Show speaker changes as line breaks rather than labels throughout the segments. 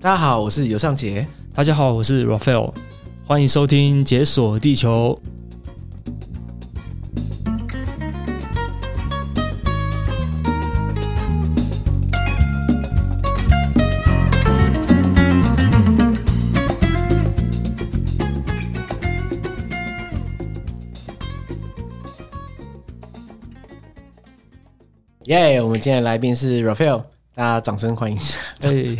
大家好，我是尤尚杰。
大家好，我是 Raphael，欢迎收听《解锁地球》。
耶、我们今天的来宾是 Raphael，大家掌声欢迎。
哎，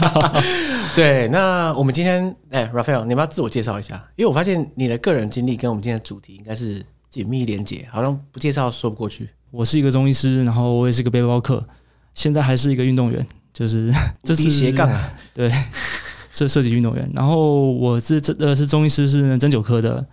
对，那我们今天，哎、r a p h a e l 你们要自我介绍一下，因为我发现你的个人经历跟我们今天的主题应该是紧密连结，好像不介绍说不过去。
我是一个中医师，然后我也是个背包客，现在还是一个运动员，就是这
无敌
是
斜 杠啊，
射射击运动员。然后我是这呃是中医师，是针灸科的。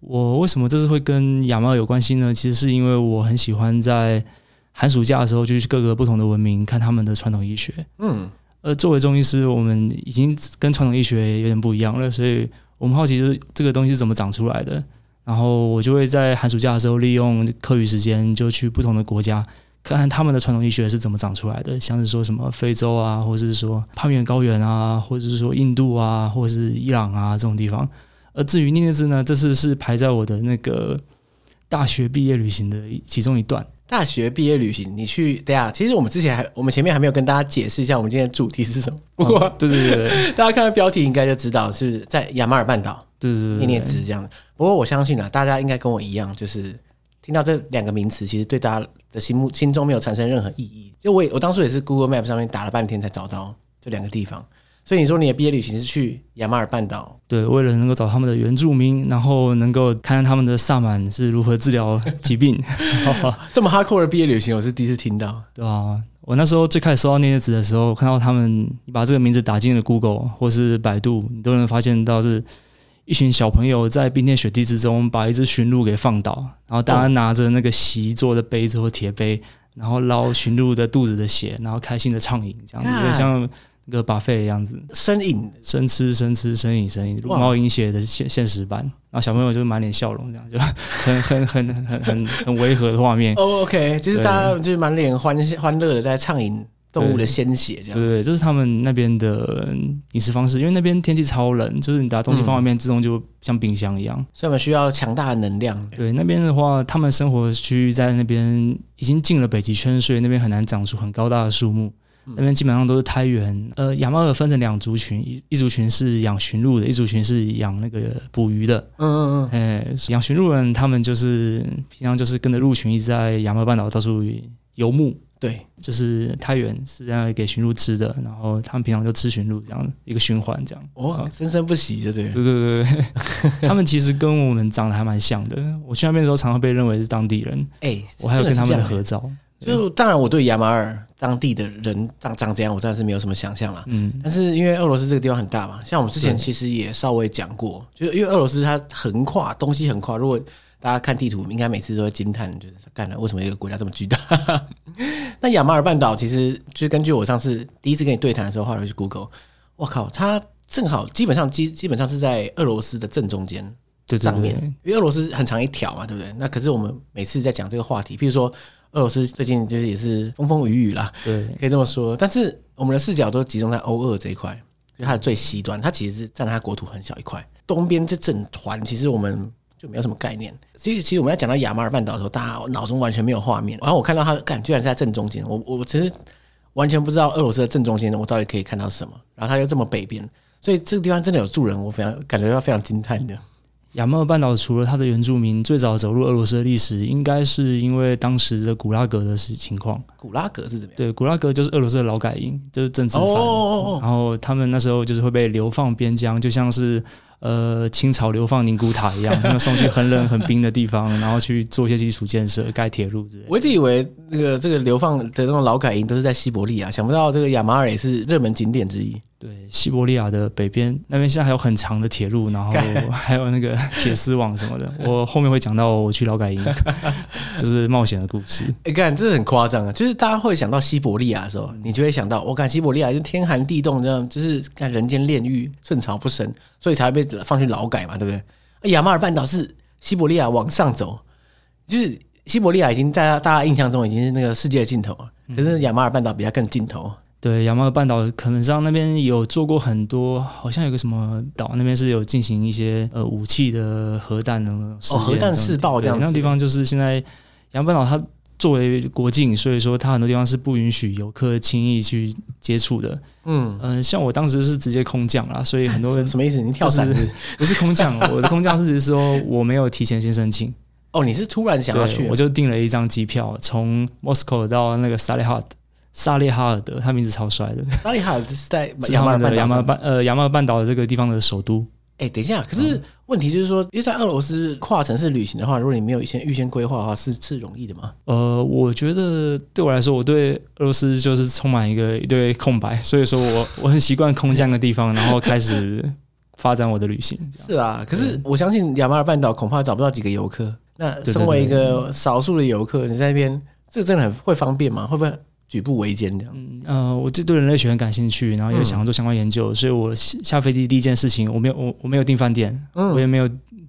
我为什么这次会跟亚猫有关系呢？其实是因为我很喜欢在寒暑假的时候就去各个不同的文明看他们的传统医学。
嗯，
呃，作为中医师，我们已经跟传统医学有点不一样了，所以我们好奇就是这个东西是怎么长出来的。然后我就会在寒暑假的时候利用课余时间，就去不同的国家看看他们的传统医学是怎么长出来的，像是说什么非洲啊，或者是说帕米尔高原啊，或者是说印度啊，或者是伊朗啊这种地方。而至于涅涅兹呢，这次是排在我的那个大学毕业旅行的其中一段。
大学毕业旅行，你去，对啊，其实我们之前还，我们前面还没有跟大家解释一下我们今天的主题是什么。不过、
哦对对对对
大家看到标题应该就知道是在亚马尔半岛
对对
念
对
念
对，
兹这样。不过我相信啊，大家应该跟我一样，就是听到这两个名词，其实对大家的心目心中没有产生任何意义。就我也我当初也是 Google Map 上面打了半天才找到这两个地方。所以你说你的毕业旅行是去亚马尔半岛，
对，为了能够找他们的原住民，然后能够看看他们的萨满是如何治疗疾病，
这么 hardcore 的毕业旅行，我是第一次听到。
对吧、我那时候最开始收到那些纸的时候，看到他们，你把这个名字打进了 Google 或是百度，你都能发现到是一群小朋友在冰天雪地之中把一只驯鹿给放倒，然后大家拿着那个席做的杯子或铁杯，然后捞驯鹿的肚子的血，然后开心的畅饮，这样子，有点像那个 buffet 的样子。
身影
生吃生吃生饮生饮，如
哇
猫饮血的现现实版，然后小朋友就满脸笑容，这样就很很很很很很很违和的画面，
哦、o k 就是
对
大家就是满脸欢欢乐的在畅饮动物的鲜血这
对
样
对
子。
对，这是他们那边的嗯饮食方式，因为那边天气超冷，就是你把东西放外面，自动就像冰箱一样。
所以我们需要强大的能量。
对，那边的话，他们生活区域在那边已经进了北极圈，所以那边很难长出很高大的树木。
嗯
那边基本上都是苔原，呃，亚马尔分成两族群，一一族群是养驯鹿的，一族群是养那个捕鱼的。
嗯嗯嗯，
呃，养驯鹿人他们就是平常就是跟着鹿群一直在亚马尔半岛到处游牧，
对，
就是太原是这样给驯鹿吃的，然后他们平常就吃驯鹿，这样一个循环这样。
哦
啊，
生生不息，就对了。
对对对 对，他们其实跟我们长得还蛮像的。我去那边的时候，常常被认为是当地人，
哎、
我还有跟他们
真
的
是这样
合照。
就当然，我对亚马尔当地的人长长这样，我当然是没有什么想象啦。
嗯，
但是因为俄罗斯这个地方很大嘛，像我们之前
对
其实也稍微讲过，就是因为俄罗斯它横跨东西横跨，如果大家看地图，应该每次都会惊叹，就是干了为什么一个国家这么巨大？ 那亚马尔半岛其实就是根据我上次第一次跟你对谈的时候，后来我去 Google，我靠，它正好基本上基基本上是在俄罗斯的正中间，
对对
欸上面
对，，
因为俄罗斯很长一条嘛，对不对？那可是我们每次在讲这个话题，譬如说俄罗斯最近就是也是风风雨雨啦，
对
可以这么说。但是我们的视角都集中在欧俄这一块，就是它的最西端，它其实是占它国土很小一块。东边这整团其实我们就没有什么概念。其实，其实我们在讲到亚马尔半岛的时候，大家脑中完全没有画面。然后我看到它，干居然是在正中间，我我我其实完全不知道俄罗斯的正中间我到底可以看到什么。然后它又这么北边，所以这个地方真的有住人，我非常感觉到非常惊叹的。
亚马尔半岛除了它的原住民最早走入俄罗斯的历史，应该是因为当时的古拉格的事情况。
古拉格是怎么样？
对，古拉格就是俄罗斯的劳改营，就是政治
哦
犯。
哦哦哦，
然后他们那时候就是会被流放边疆，就像是呃清朝流放宁古塔一样， 他们送去很冷很冰的地方，然后去做一些基础建设，盖铁路之类的。
我一直以为那个这个流放的那种劳改营都是在西伯利亚，想不到这个亚马尔也是热门景点之一。
对，西伯利亚的北边那边现在还有很长的铁路，然后 还 有那个铁丝网什么的。我后面会讲到我去劳改营， 就是冒险的故事。
哎、干，这很夸张啊！就是大家会想到西伯利亚的时候，你就会想到，我看西伯利亚是天寒地冻，这样就是看人间炼狱，寸草不生，所以才会被放去劳改嘛，对不对？而亚马尔半岛是西伯利亚往上走，就是嗯西伯利亚已经在大家大家印象中已经是那个世界的尽头了，可是亚马尔半岛比它更尽头。
对，亚马尔半岛可能上那边有做过很多，好像有个什么岛那边是有进行一些呃武器的核弹的
哦，核弹试爆这样
对
子，
那个地方就是现在亚马尔半岛它作为国境，所以说它很多地方是不允许游客轻易去接触的。
嗯，
嗯、像我当时是直接空降啦，所以很 多人
什么意思？你跳伞是不是
不是空降，哦我的空降是指说我没有提前先申请，
哦，你是突然想要
对
去
我就订了一张机票，从 Moscow 到那个萨列哈德，萨列哈尔德，他名字超帅的，
沙利哈尔是在
是
亚
他
马尔
们
半
的
岛
亚马尔
上。
半呃亚马尔半岛这个地方的首都。
哎、等一下，可
嗯
是问题就是说，因为在俄罗斯跨城市旅行的话，如果你没有一些预先规划的话，是是容易的吗？
呃，我觉得对我来说，我对俄罗斯就是充满一个一堆空白，所以说我 我很习惯空降个地方，然后开始发展我的旅行。这样
是啊，可是我相信亚马尔半岛恐怕找不到几个游客。那
对
身为一
对对
个少数的游客，你在那边，这真的很会方便吗？会不会举步维艰这样？
嗯呃，我就对人类学很感兴趣，然后也想要做相关研究，所以我下下飞机第一件事情，我没有我我没有订饭店，
嗯
我也没有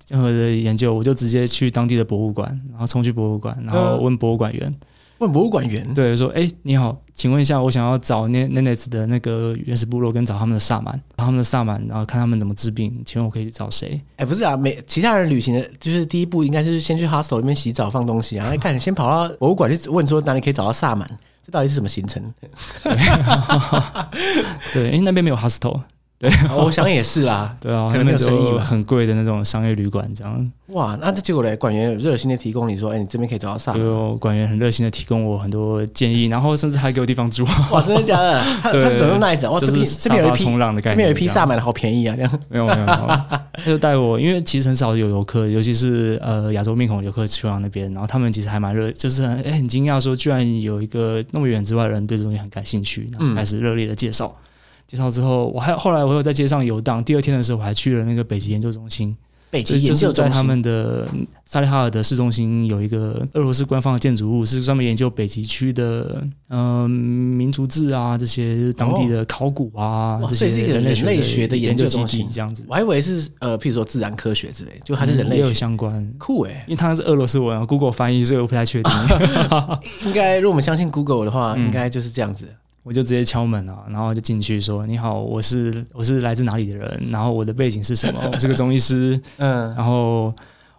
任何的研究，我就直接去当地的博物馆，然后冲去博物馆，然后
嗯
问博物馆员，
问博物馆员，
对，说：“哎、你好，请问一下，我想要找 N n e t 的那个原始部落，跟找他们的萨满，找他们的萨满，然后看他们怎么治病。请问我可以去找谁？
哎、不是啊，每其他人旅行的，就是第一步应该是先去 hostel 里面洗澡放东西 啊，然后看你先跑到博物馆去问说哪里可以找到萨满，这到底是什么行 程？
对，因为那边没有 hostel，
哦我想也是啦。
对啊，
可能没有
那边
生意
就
吧
很贵的那种商业旅馆，这样。
哇，那这结果嘞，馆员有热心的提供你说，哎、你这边可以找到萨满。
就馆员很热心的提供我很多建议，然后甚至还给我地方住，
哇，真的假的？ 他他
对
怎么那么 nice 啊？哇，哦
就
这边
是
这
沙
边有
发
一批
冲，浪的概
这
念。
边有一批
这样
萨满，好便宜啊！这样，
没有没有，没有 他就带我，因为其实很少有游客，尤其是呃亚洲面孔游客去往那边，然后他们其实还蛮热，就是很、哎诶很惊讶说，居然有一个那么远之外的人对这东西很感兴趣，然后开始热烈的介绍。介绍之后，我还后来我有在街上游荡。第二天的时候，我还去了那个北极研究中心，
北
所以
极
就
研
是
究
在
中
他
心，
们的萨利哈尔的市中心有一个俄罗斯官方的建筑物，是专门研究北极区的嗯、呃民族志啊，这些当地的考古啊，
哦哇
这
所
些
以是一个
人类
人类学
学
的
的
研究
究
中
基地
心
这样子。
我还以为是呃，譬如说自然科学之类，就它是人
嗯也
类
有
学，
相关，
酷哎、
因为它是俄罗斯文，Google 啊翻译，所以我不 太确定。
应该如果我们相信 Google 的
嗯
话，应该就是这样子。
我就直接敲门啊，然后就进去说：“你好，我是我是来自哪里的人，然后我的背景是什么？ 我是个中医师，
嗯，
然后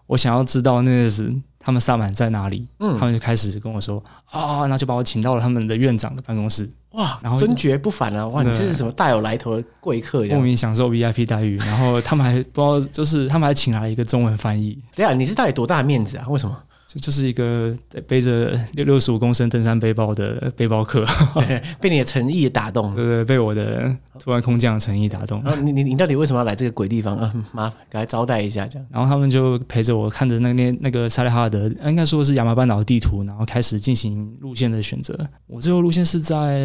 我想要知道那个是他们萨满在哪里。”
嗯
他们就开始跟我说：“啊，那就把我请到了他们的院长的办公室，
哇
然，后
尊爵不凡啊！哇，
真
你
的
这是什么大有来头的贵客这
莫
样？
名享受 VIP 待遇。然后他们还不知道，就是他们还请来一个中文翻译，
对啊，你是到底多大的面子啊？为什 么？
就就是一个背着六六十五公升登山背包的背包客。”
对被你的诚意打动。
对对，被我的突然空降的诚意打动。
然后你你你到底为什么要来这个鬼地方？嗯，麻烦给他招待一下这样。
然后他们就陪着我看着那那那个萨利哈尔德，呃应该说是亚马半岛的地图，然后开始进行路线的选择。我最后路线是在，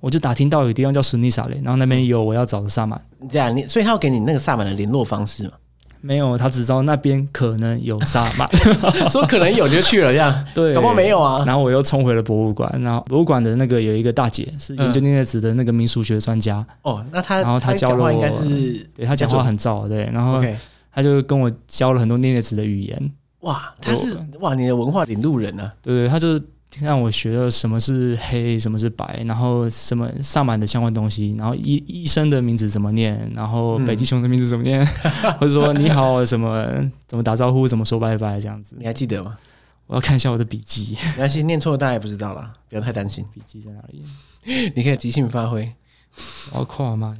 我就打听到有地方叫苏尼萨雷，然后那边有我要找的萨满，
你这样，你所以他要给你那个萨满的联络方式嘛？
没有，他只知道那边可能有萨满，
说可能有就去了这 样，
对，
搞不好没有啊。
然后我又冲回了博物馆，然后博物馆的那个有一个大姐
嗯
是研究涅涅子的那个民俗学专家，
哦，那他
然后他
他
教
讲
了
话
我
应该是
对她讲话很燥，对，然后
OK。
她就跟我教了很多涅涅子的语言，
哇，他是哇，你的文化领路人啊！
对对，他就让我学了什么是黑，什么是白，然后什么萨满的相关东西，然后医医生的名字怎么念，然后北极熊的名字怎么念，或者说你好什么怎么打招呼，怎么说拜拜这样子。
你还记得吗？
我要看一下我的笔记，
没关系，念错了大家也不知道啦，不要太担心，
笔记在哪里？
你可以即兴发挥。
我要跨吗？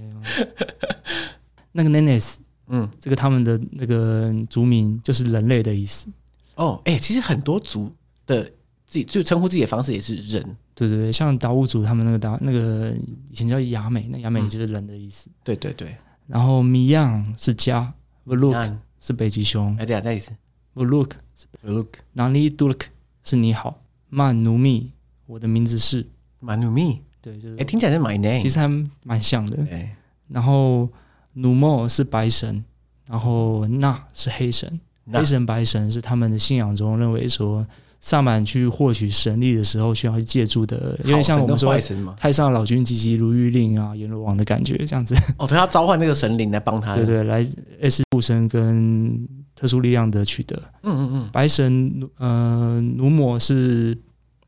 那个 Nenes，
嗯，
这个他们的那个族名就是人类的意思。
哦，哎、其实很多族的自己就称呼自己的方式也是人，
对对对，像达悟族他们那个达那个以前叫雅美，那雅美就是人的意思。
对对对。
然后米样是家 v l u
你
k
看，
是北极熊
哎，对啊，再一次
v l u k
，look
哪里 d u l k 是你好，曼努密，我的名字是，
manu me，
对，就是
哎、听起来是 my
其
name，
实还蛮像的。
哎，
然后努莫是白神，然后那是黑神，
那
黑神白神是他们的信仰中认为说萨满去获取神力的时候需要去借助的，有
好
点像
神
我们
跟
说
坏神嘛，
太上老君及其如玉令啊、阎罗王的感觉这样子。
哦，对，他召唤那个神灵来帮他，
对，对，来 S 护身跟特殊力量的取得。
嗯嗯嗯，
白神奴呃奴魔是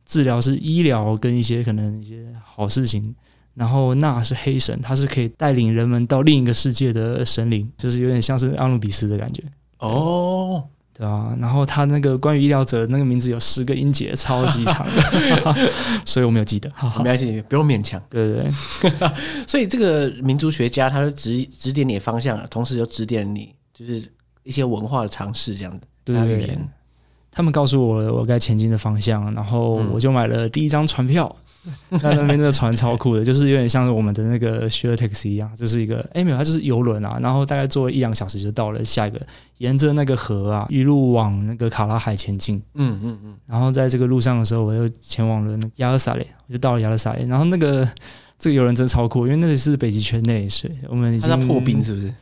治疗是医疗跟一些可能一些好事情，然后那是黑神，他是可以带领人们到另一个世界的神灵，就是有点像是阿努比斯的感觉，
哦，
对啊。然后他那个关于医疗者那个名字有十个音节，超级长 的，所以我没有记得。好
没关系，不用勉强。
对对对，
所以这个民族学家，他会指指点你的方向，同时又指点你就是一些文化的尝试这样子，
对
还有
对
语
对
言。
他们告诉我了我该前进的方向，然后
嗯
我就买了第一张船 票。在那边的船超酷的，就是有点像是我们的那个 share taxi 一样，就是一个哎、没有，它就是游轮啊，然后大概坐一两小时就到了下一个，沿着那个河啊一路往那个卡拉海前进。
嗯嗯嗯，
然后在这个路上的时候，我又前往了那个亚尔萨雷，我就到了亚尔萨雷。然后那个这个游轮真超酷，因为那里是北极圈内，所以我们已
他
经
在破冰是不是？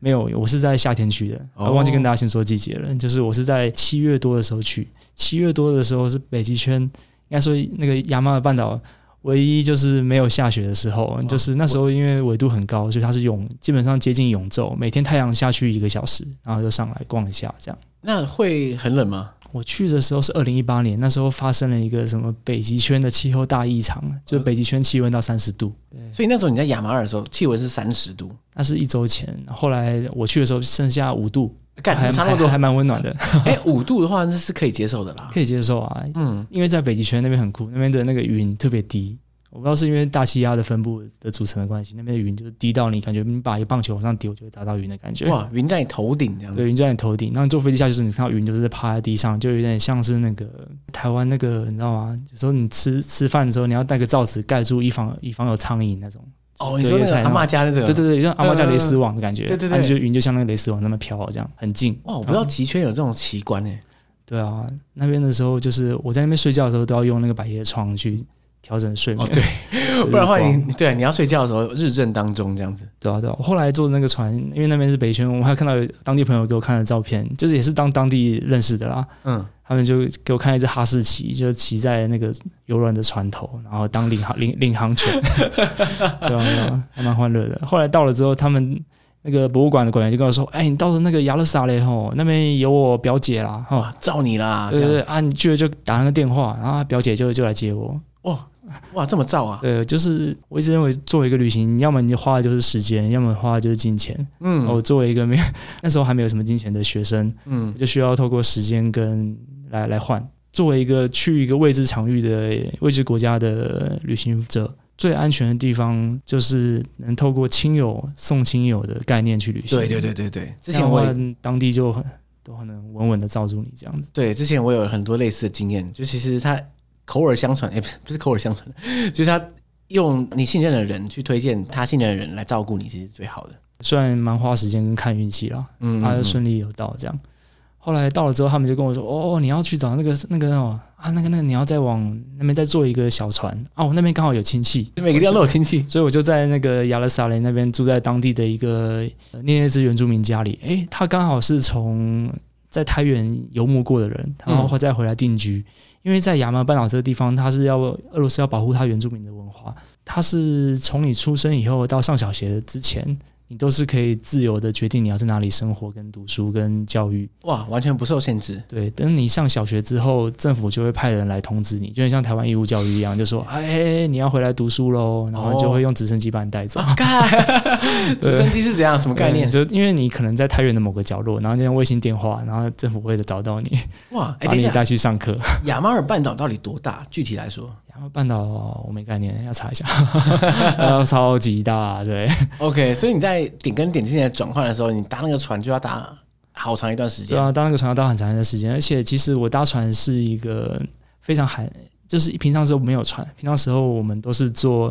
没有，我是在夏天去的，
哦
我忘记跟大家先说季节了。就是我是在七月多的时候去，七月多的时候是北极圈，应该说那个亚马尔半岛唯一就是没有下雪的时
哦
候，就是那时候因为纬度很高，所以它是永基本上接近永昼，每天太阳下去一个小时，然后就上来逛一下这样。
那会很冷吗？
我去的时候是二零一八年，那时候发生了一个什么北极圈的气候大异常，就北极圈气温到三十度，
所以那时候你在亚马尔的时候，气温是三十度，
那是一周前。后来我去的时候剩下五度，
干怎
还
么差那么
还还
多？
蛮温暖的。
哎，五度的话那是可以接受的 啦。
可以接受啊，
嗯，
因为在北极圈那边很酷，那边的那个云特别低，我不知道是因为大气压的分布的组成的关系，那边的云就是低到你感觉你把一个棒球往上丢就会砸到云的感觉。
哇，云在你头顶这样子。
对，云在你头顶，然后你坐飞机下去的时候，你看到云就是趴在地上，就有点像是那个台湾那个，你知道吗？有时候你吃吃饭的时候，你要带个罩子盖住，以防以防有苍蝇那种。
哦，你说那
对
个阿妈家的这个，
对对对，像阿妈家蕾丝网的感觉，
嗯对对对
啊你就云就像那个蕾丝网那么飘，这样很近。
哇，我不知道极圈有这种奇观哎。
对啊，那边的时候就是我在那边睡觉的时候都要用那个百叶窗去调整睡眠。
哦，对，
就是
不然的话
光
你对你要睡觉的时候日正当中这样子。
对啊对啊。我后来坐的那个船，因为那边是北圈，我还看到有当地朋友给我看的照片，就是也是当当地认识的啦。
嗯，
他们就给我看一只哈士奇，就骑在那个游轮的船头，然后当领航领领 航犬，对啊对啊，还蛮欢乐的。后来到了之后，他们那个博物馆的馆员就跟我说：“哎，你到了那个亚勒萨雷吼，那边有我表姐啦，吼，
哇，照你啦，
对
这
哦对
样
对啊，你去了就打那个电话，然后他表姐就就来接我。
哇哇这么照啊，
对，就是我一直认为作为一个旅行，要么你花的就是时间，要么花的就是金钱。
嗯
我作为一个没有那时候还没有什么金钱的学生，
嗯
我就需要透过时间跟来来换。作为一个去一个未知场域的未知国家的旅行者，最安全的地方就是能透过亲友送亲友的概念去旅行。
对对对对对，之
这样
前
的话，
我
之
也
前当地就很都很能稳稳的罩住你这样子。
对之前我有很多类似的经验，就其实他口耳相传，哎、不是不是口耳相传， 就是他用你信任的人去推荐他信任的人来照顾你，其实是最好的。
虽然蛮花时间跟看运气啦，
嗯，
他就
嗯
啊顺利有到这样。后来到了之后，他们就跟我说：“哦，你要去找那个那个哦啊，那个那个你要再往那边再坐一个小船啊，我那边刚好有亲戚，
嗯每个地方都有亲戚，
所以我就在那个亚勒萨雷那边住在当地的一个呃涅涅兹原住民家里。诶，他刚好是从在太原游牧过的人，然后再回来定居。因为在亚马半岛这个地方，他是要俄罗斯要保护他原住民的文化，他是从你出生以后到上小学之前，你都是可以自由的决定你要在哪里生活、跟读书、跟教育。
哇，完全不受限 制。
对，等你上小学之后，政府就会派人来通知你，就很像台湾义务教育一样，就说：“哎哎，哎你要回来读书喽。”然后就会用直升机把你带走。
啊， 干，直升机是怎样？什么概念？
对就因为你可能在太原的某个角落，然后就用卫星电话，然后政府为了找到你，
哇，哎、
把
等一
你
下，
带去上课。
亚马尔半岛到底多大？具体来说
然后半岛我没概念，要查一下， 呃，超级大， 对
，OK，所以你在点跟点之间的转换的时候，你搭那个船就要搭好长一段时
对
间。
啊，当那个船要搭很长的时间，而且其实我搭船是一个非常寒，就是平常时候没有船，平常时候我们都是坐，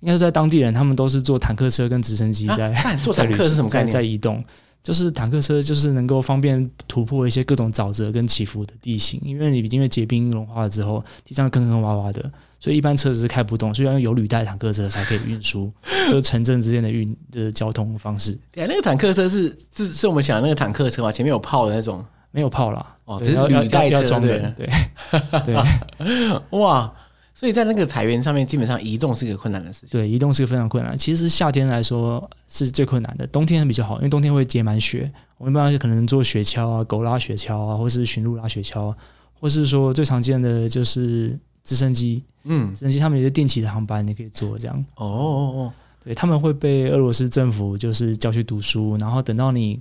应该是在当地人他们都是坐坦克车跟直升机
啊
在、
干坐
在
坦
旅
克是
行
什么概
在在
念？
移动，就是坦克车就是能够方便突破一些各种沼泽跟起伏的地形，因为你因为结冰融化了之后，地上坑坑洼洼的，所以一般车子是开不动，所以要用有履带坦克车才可以运输，就是城镇之间的运的交通方式。
对，哎那个坦克车是是是我们想的那个坦克车嘛，前面有炮的那种。
没有炮啦，
哦
对
只是
要要
履带
要
车
要装
对
人，对对
哇，所以在那个台原上面，基本上移动是一个困难的事情。
对，移动是个非常困难。其实夏天来说是最困难的，冬天比较好，因为冬天会结满雪，我们一般可能做雪橇啊、狗拉雪橇啊，或是驯鹿拉雪橇啊，或是说最常见的就是直升机，
嗯，
直升机他们有些定期的航班你可以坐这样。
哦哦
对，他们会被俄罗斯政府就是叫去读书，然后等到你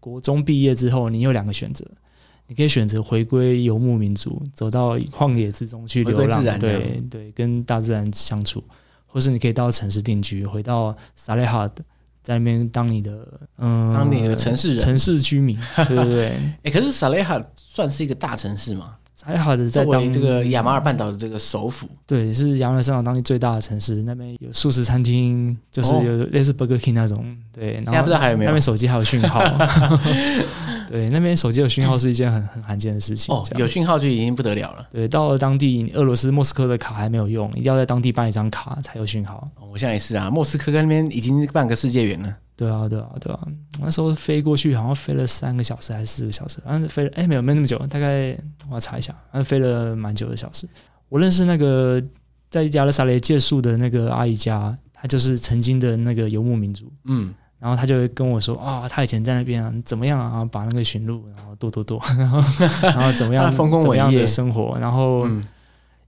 国中毕业之后，你有两个选择，你可以选择回归游牧民族，走到旷野之中去
回
流
归
浪
自然，这样
对对，跟大自然相处，或是你可以到城市定居，回到萨雷哈德，在那边当你的嗯，
哦，当你的城市人，
城市 居民，对对对，
哎、可是萨雷哈算是一个大城市嘛？
萨雷哈德
作
在
为
当嗯
这个亚马尔半岛的这个首府，
对，是亚马尔山岛当地最大的城市，那边有素食餐厅，就是
哦
有类似 Burger King 那种，对，然
现在
后
不知道还有没
那
有
边？手机还有讯 号，对，那边手机有讯号是一件很很罕见的事情。
哦
这，样
有讯号就已经不得了了。
对，到了当地，俄罗斯莫斯科的卡还没有用，一定要在当地办一张卡才有讯号。
哦我现在也是啊，莫斯科跟那边已经是半个世界园了。
对啊，对啊，对啊，那时候飞过去好像飞了三个小时还是四个小时，反正飞了，哎，没有没那么久，大概我要查一下，反正飞了蛮久的小时。我认识那个在亚勒萨雷借宿的那个阿姨家，她就是曾经的那个游牧民族。
嗯，
然后他就会跟我说啊、他以前在那边啊，怎么样啊，把那个寻路，然后剁剁剁， 然后然后怎么
他
样，
的 丰功伟业
怎么样的生活，然后、
嗯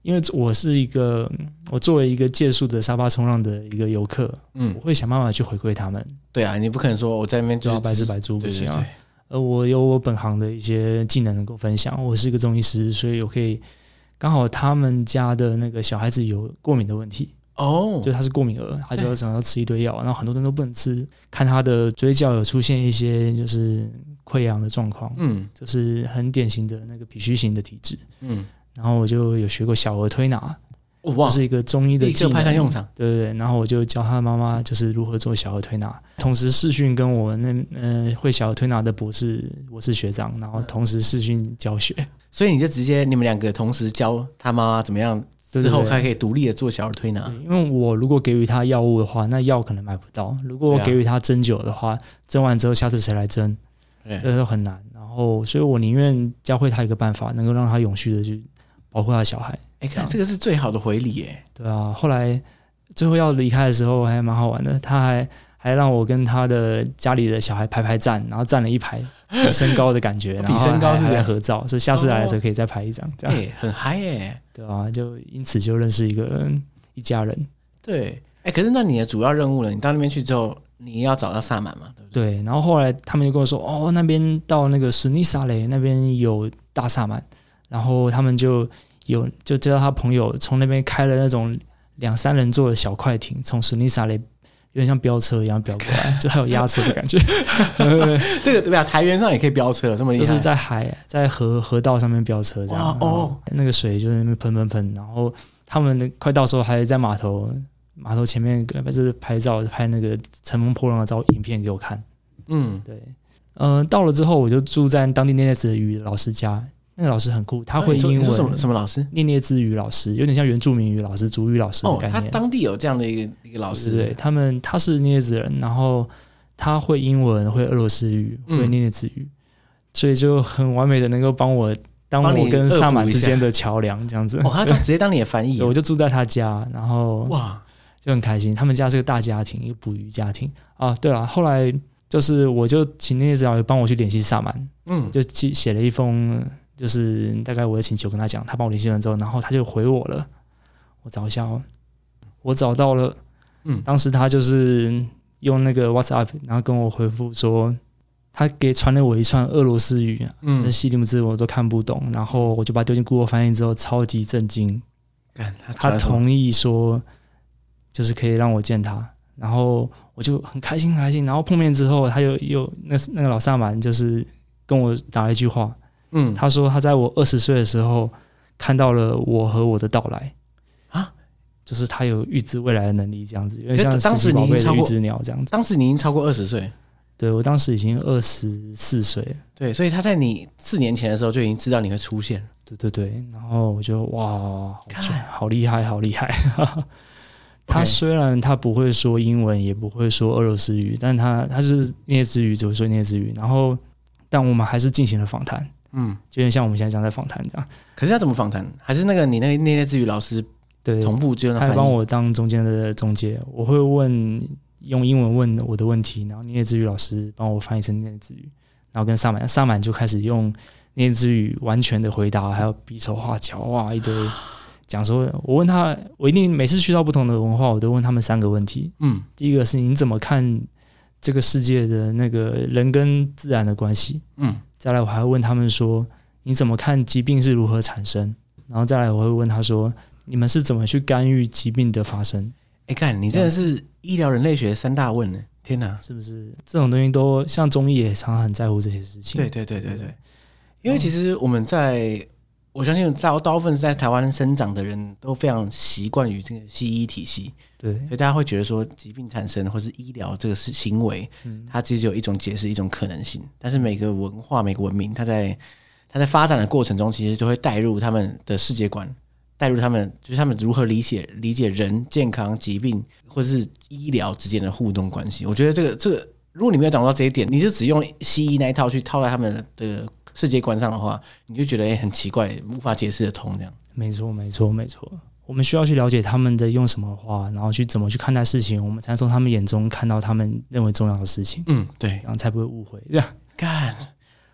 因为我是一个，我作为一个借宿的沙发冲浪的一个游客，我
嗯，
会想办法去回馈他们，
对啊，你不可能说我在那边
就
就是
白吃
是
白住不
对对
行啊
对。，
呃，我有我本行的一些技能能够分享，我是一个中医师，所以我可以刚好他们家的那个小孩子有过敏的问题，
哦，
就他是过敏儿，他就要常常吃一堆药，然后很多人都不能吃。看他的嘴角有出现一些就是溃疡的状况，
嗯
就是很典型的那个脾虚型的体质。
嗯，
然后我就有学过小儿推拿，
哦
就
哇，
是一个中医的
立
技
刻派上
能，
用场。
对对对。然后我就教他妈妈就是如何做小儿推拿，同时视讯跟我那呃会小儿推拿的博士我是学长，然后同时视讯教学。
所以你就直接你们两个同时教他妈妈怎么样，
对嗯
之后
对对
才可以独立的做小儿推拿。
对因为我如果给予他药物的话，那药可能买不到；如果我
对啊
给予他针灸的话，针完之后下次谁来针，
对
这都很难。然后，所以我宁愿教会他一个办法，能够让他永续的去保护他的小孩。
哎，看这个是最好的回礼哎。
对啊，后来最后要离开的时候还蛮好玩的，他还还让我跟他的家里的小孩排排站，然后站了一 排，比身高的感觉，
比
然后还
身高是
还
这样
合照，所以
哦
下次来的时候可以再拍一张，啊这样
哎、很嗨哎、
对啊，就因此就认识一个嗯一家人。
对，哎、可是那你的主要任务呢？你到那边去之后，你要找到萨满嘛，对不对？
对，然后后来他们就跟我说，哦，那边到那个孙尼萨雷那边有大萨满，然后他们就有就叫他朋友从那边开了那种两三人座的小快艇，从孙尼萨雷有点像飙车一样飙过来，就还有压车 的感觉，
这个对吧？台原上也可以飙车，这么厉害，
就是在海在河河道上面飙车这样
哇，哦，
那个水就在那边喷喷喷，然后他们快到时候还在码头码头前面呃就是拍照拍那个乘风破浪的照影片给我看。
嗯，
对，呃，到了之后我就住在当地念念子语老师家，那个老师很酷，他会
啊你说
英
你说什
文
么。什么老师？
念念之语老师有点像原住民语老师、族语老师的
哦，
概
他
念，
当地有这样的一个一个老
对对
师，
他们他是涅子人，然后他会英文、会俄罗斯语、会
嗯
涅涅子语，所以就很完美的能够帮我当
帮你
我跟
恶补
萨满
一下
之间的桥梁这样子。
哦，他当直接当你的翻译
对，，我就住在他家，然后
哇，
就很开心。他们家是个大家庭，一个捕鱼家庭啊。对了，后来就是我就请那些指导员帮我去联系萨满，
嗯，
就寄写了一封，就是大概我的请求跟他讲，他帮我联系完之后，然后他就回我了。我找一下哦，我找到了，
嗯
当时他就是用那个 WhatsApp，然后跟我回复说，他给传了我一串俄罗斯语，那
嗯，
西里姆字我都看不懂，然后我就把它丢进 Google 翻译之后，超级震惊，
看他
他
传什么
同意说，就是可以让我见他，然后我就很开心很开心。然后碰面之后，他又又那那个老萨满就是跟我打了一句话，
嗯，
他说他在我二十岁的时候看到了我和我的到来
啊，
就是他有预知未来的能力，这样子，有
可
点
是
像
当时
神奇宝
你已经
贝的
超
预
过
知鸟这样子。
当时你已经超过二十岁，
对我当时已经二十四岁了，
对，所以他在你四年前的时候就已经知道你会出现，
对对对，然后我就哇，好帅
看
好厉害，好厉害。 他虽然他不会说英文，也不会说俄罗斯语，但他他是涅兹语，只会说涅兹语。然后，但我们还是进行了访谈，
嗯，
就有点像我们现在这样在访谈这样。
可是他怎么访谈？还是那个你那个那些自语老师
对，
同步就用
他
他
还
翻
帮
译？
我当中间的中介，我会问用英文问我的问题，然后涅兹语老师帮我翻译成涅兹语，然后跟萨满萨啊满就开始用涅兹语完全的回答，还有比手画脚哇一堆讲说，我问他，我一定每次去到不同的文化，我都问他们三个问题。
嗯，
第一个是你怎么看这个世界的那个人跟自然的关系？
嗯，
再来我还会问他们说，你怎么看疾病是如何产生？然后再来我会问他说，你们是怎么去干预疾病的发生？
哎，看你真的是医疗人类学三大问呢！天哪，
是不是这种东西都像中医也常常很在乎这些事情？
对对对对对，因为其实我们在，我相信大大部分是在台湾生长的人都非常习惯于这个西医体系，
对，
所以大家会觉得说疾病产生或是医疗这个是行为，
嗯，
它其实有一种解释一种可能性，但是每个文化每个文明它在它在发展的过程中，其实就会带入他们的世界观。带入他们，就是他们如何理解理解人健康、疾病或是医疗之间的互动关系。我觉得这个这个，如果你没有掌握到这一点，你就只用西医那一套去套在他们的世界观上的话，你就觉得、欸、很奇怪，无法解释得通这样。
没错，没错，没错。我们需要去了解他们的用什么话，然后去怎么去看待事情，我们才从他们眼中看到他们认为重要的事情，
嗯，对，
然后才不会误会。这样
干，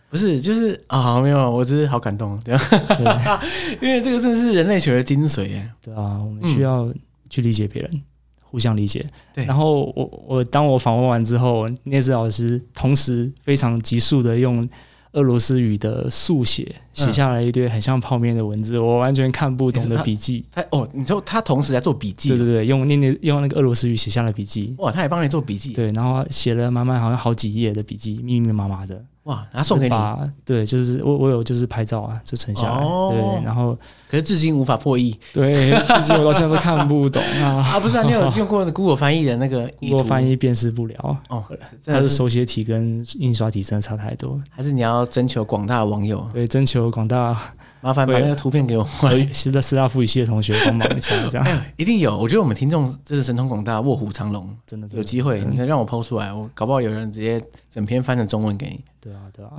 不是，就是啊、没有，我只是好感动，对， 因为这个真的是人类学的精髓耶。
对啊，我们需要去理解别人，互相理解。
嗯对
然后我我当我访问完之后，聂志老师同时非常急速的用俄罗斯语的速写
嗯
写下来一堆很像泡面的文字，我完全看不懂
你说
的
他
笔记。
他哦，你说他同时在做笔记，
对对对，用念念用那个俄罗斯语写下了笔记。
哇，他也帮你做笔记，
对，然后写了满满好像好几页的笔记，密密麻麻的，
哇，然后送给你，
把对，就是我我有就是拍照啊，就存下来，
哦
对，然后
可是至今无法破译
对 自己我到现在都看不懂啊，
啊！不是啊，你 有用过 Google 翻译的那个 意
我
图
翻译辨识不了，
哦，真
它
的
的
是，嗯
手写体跟印刷体真的差太多，
还是你要征求广大的网友，
对，征求广 大
麻烦把
对
那个图片给我
俄
们。
语斯拉斯拉夫语系的同学帮忙一下，这样
哎呦， 一定有！我觉得我们听众真是神通广大，卧虎藏龙。
真的真
有
的
机会，
嗯
你再让我剖出来，我搞不好有人直接整篇翻成中文给你。
对啊，对啊。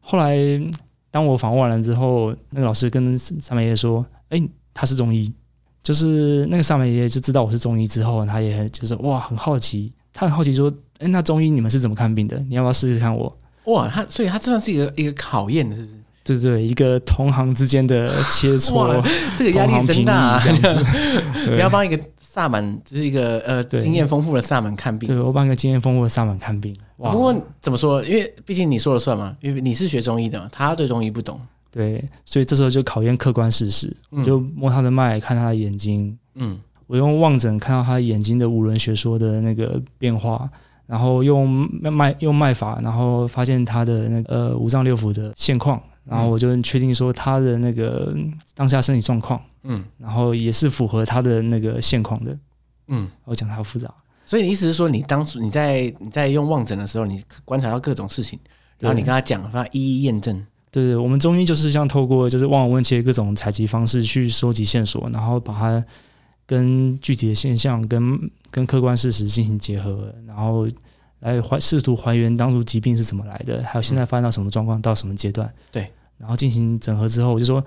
后来嗯当我访问完了之后，那个老师跟萨梅耶说：“哎、他是中医。”就是那个萨梅耶就知道我是中医之后，他也很就是哇，很好奇，他很好奇说：“哎、那中医你们是怎么看病的？你要不要试试看我
哇，他所以他这算是一个一个考验，是不是？？”
对对对，一个同行之间的切磋
哇，这个压
同行
力
评
真
议这
大、啊。
样子。
你
对
要帮一个萨满，就是一个呃
对
经验丰富的萨满看病。
对我帮一个经验丰富的萨满看病。 哇，
不过怎么说？因为毕竟你说了算嘛，因为你是学中医的嘛，他对中医不懂。
对，所以这时候就考验客观事实，
嗯
我就摸他的脉，看他的眼睛，
嗯，
我用望诊看到他眼睛的五轮学说的那个变化，然后用脉用脉法，然后发现他的那个呃五脏六腑的现况，然后我就确定说他的那个嗯当下身体状况，
嗯，
然后也是符合他的那个现况的。
嗯，
我讲它复杂，
所以你意思是说，你当初你在你在用望诊的时候，你观察到各种事情，然后你跟他讲，他一一验 证。
对对，我们中医就是像透过就是望闻问切各种采集方式去收集线索，然后把它跟具体的现象跟跟客观事实进行结合，然后来还试图还原当初疾病是怎么来的，还有现在发展到什么状况，到什么阶段，
对，
然后进行整合之后，我就说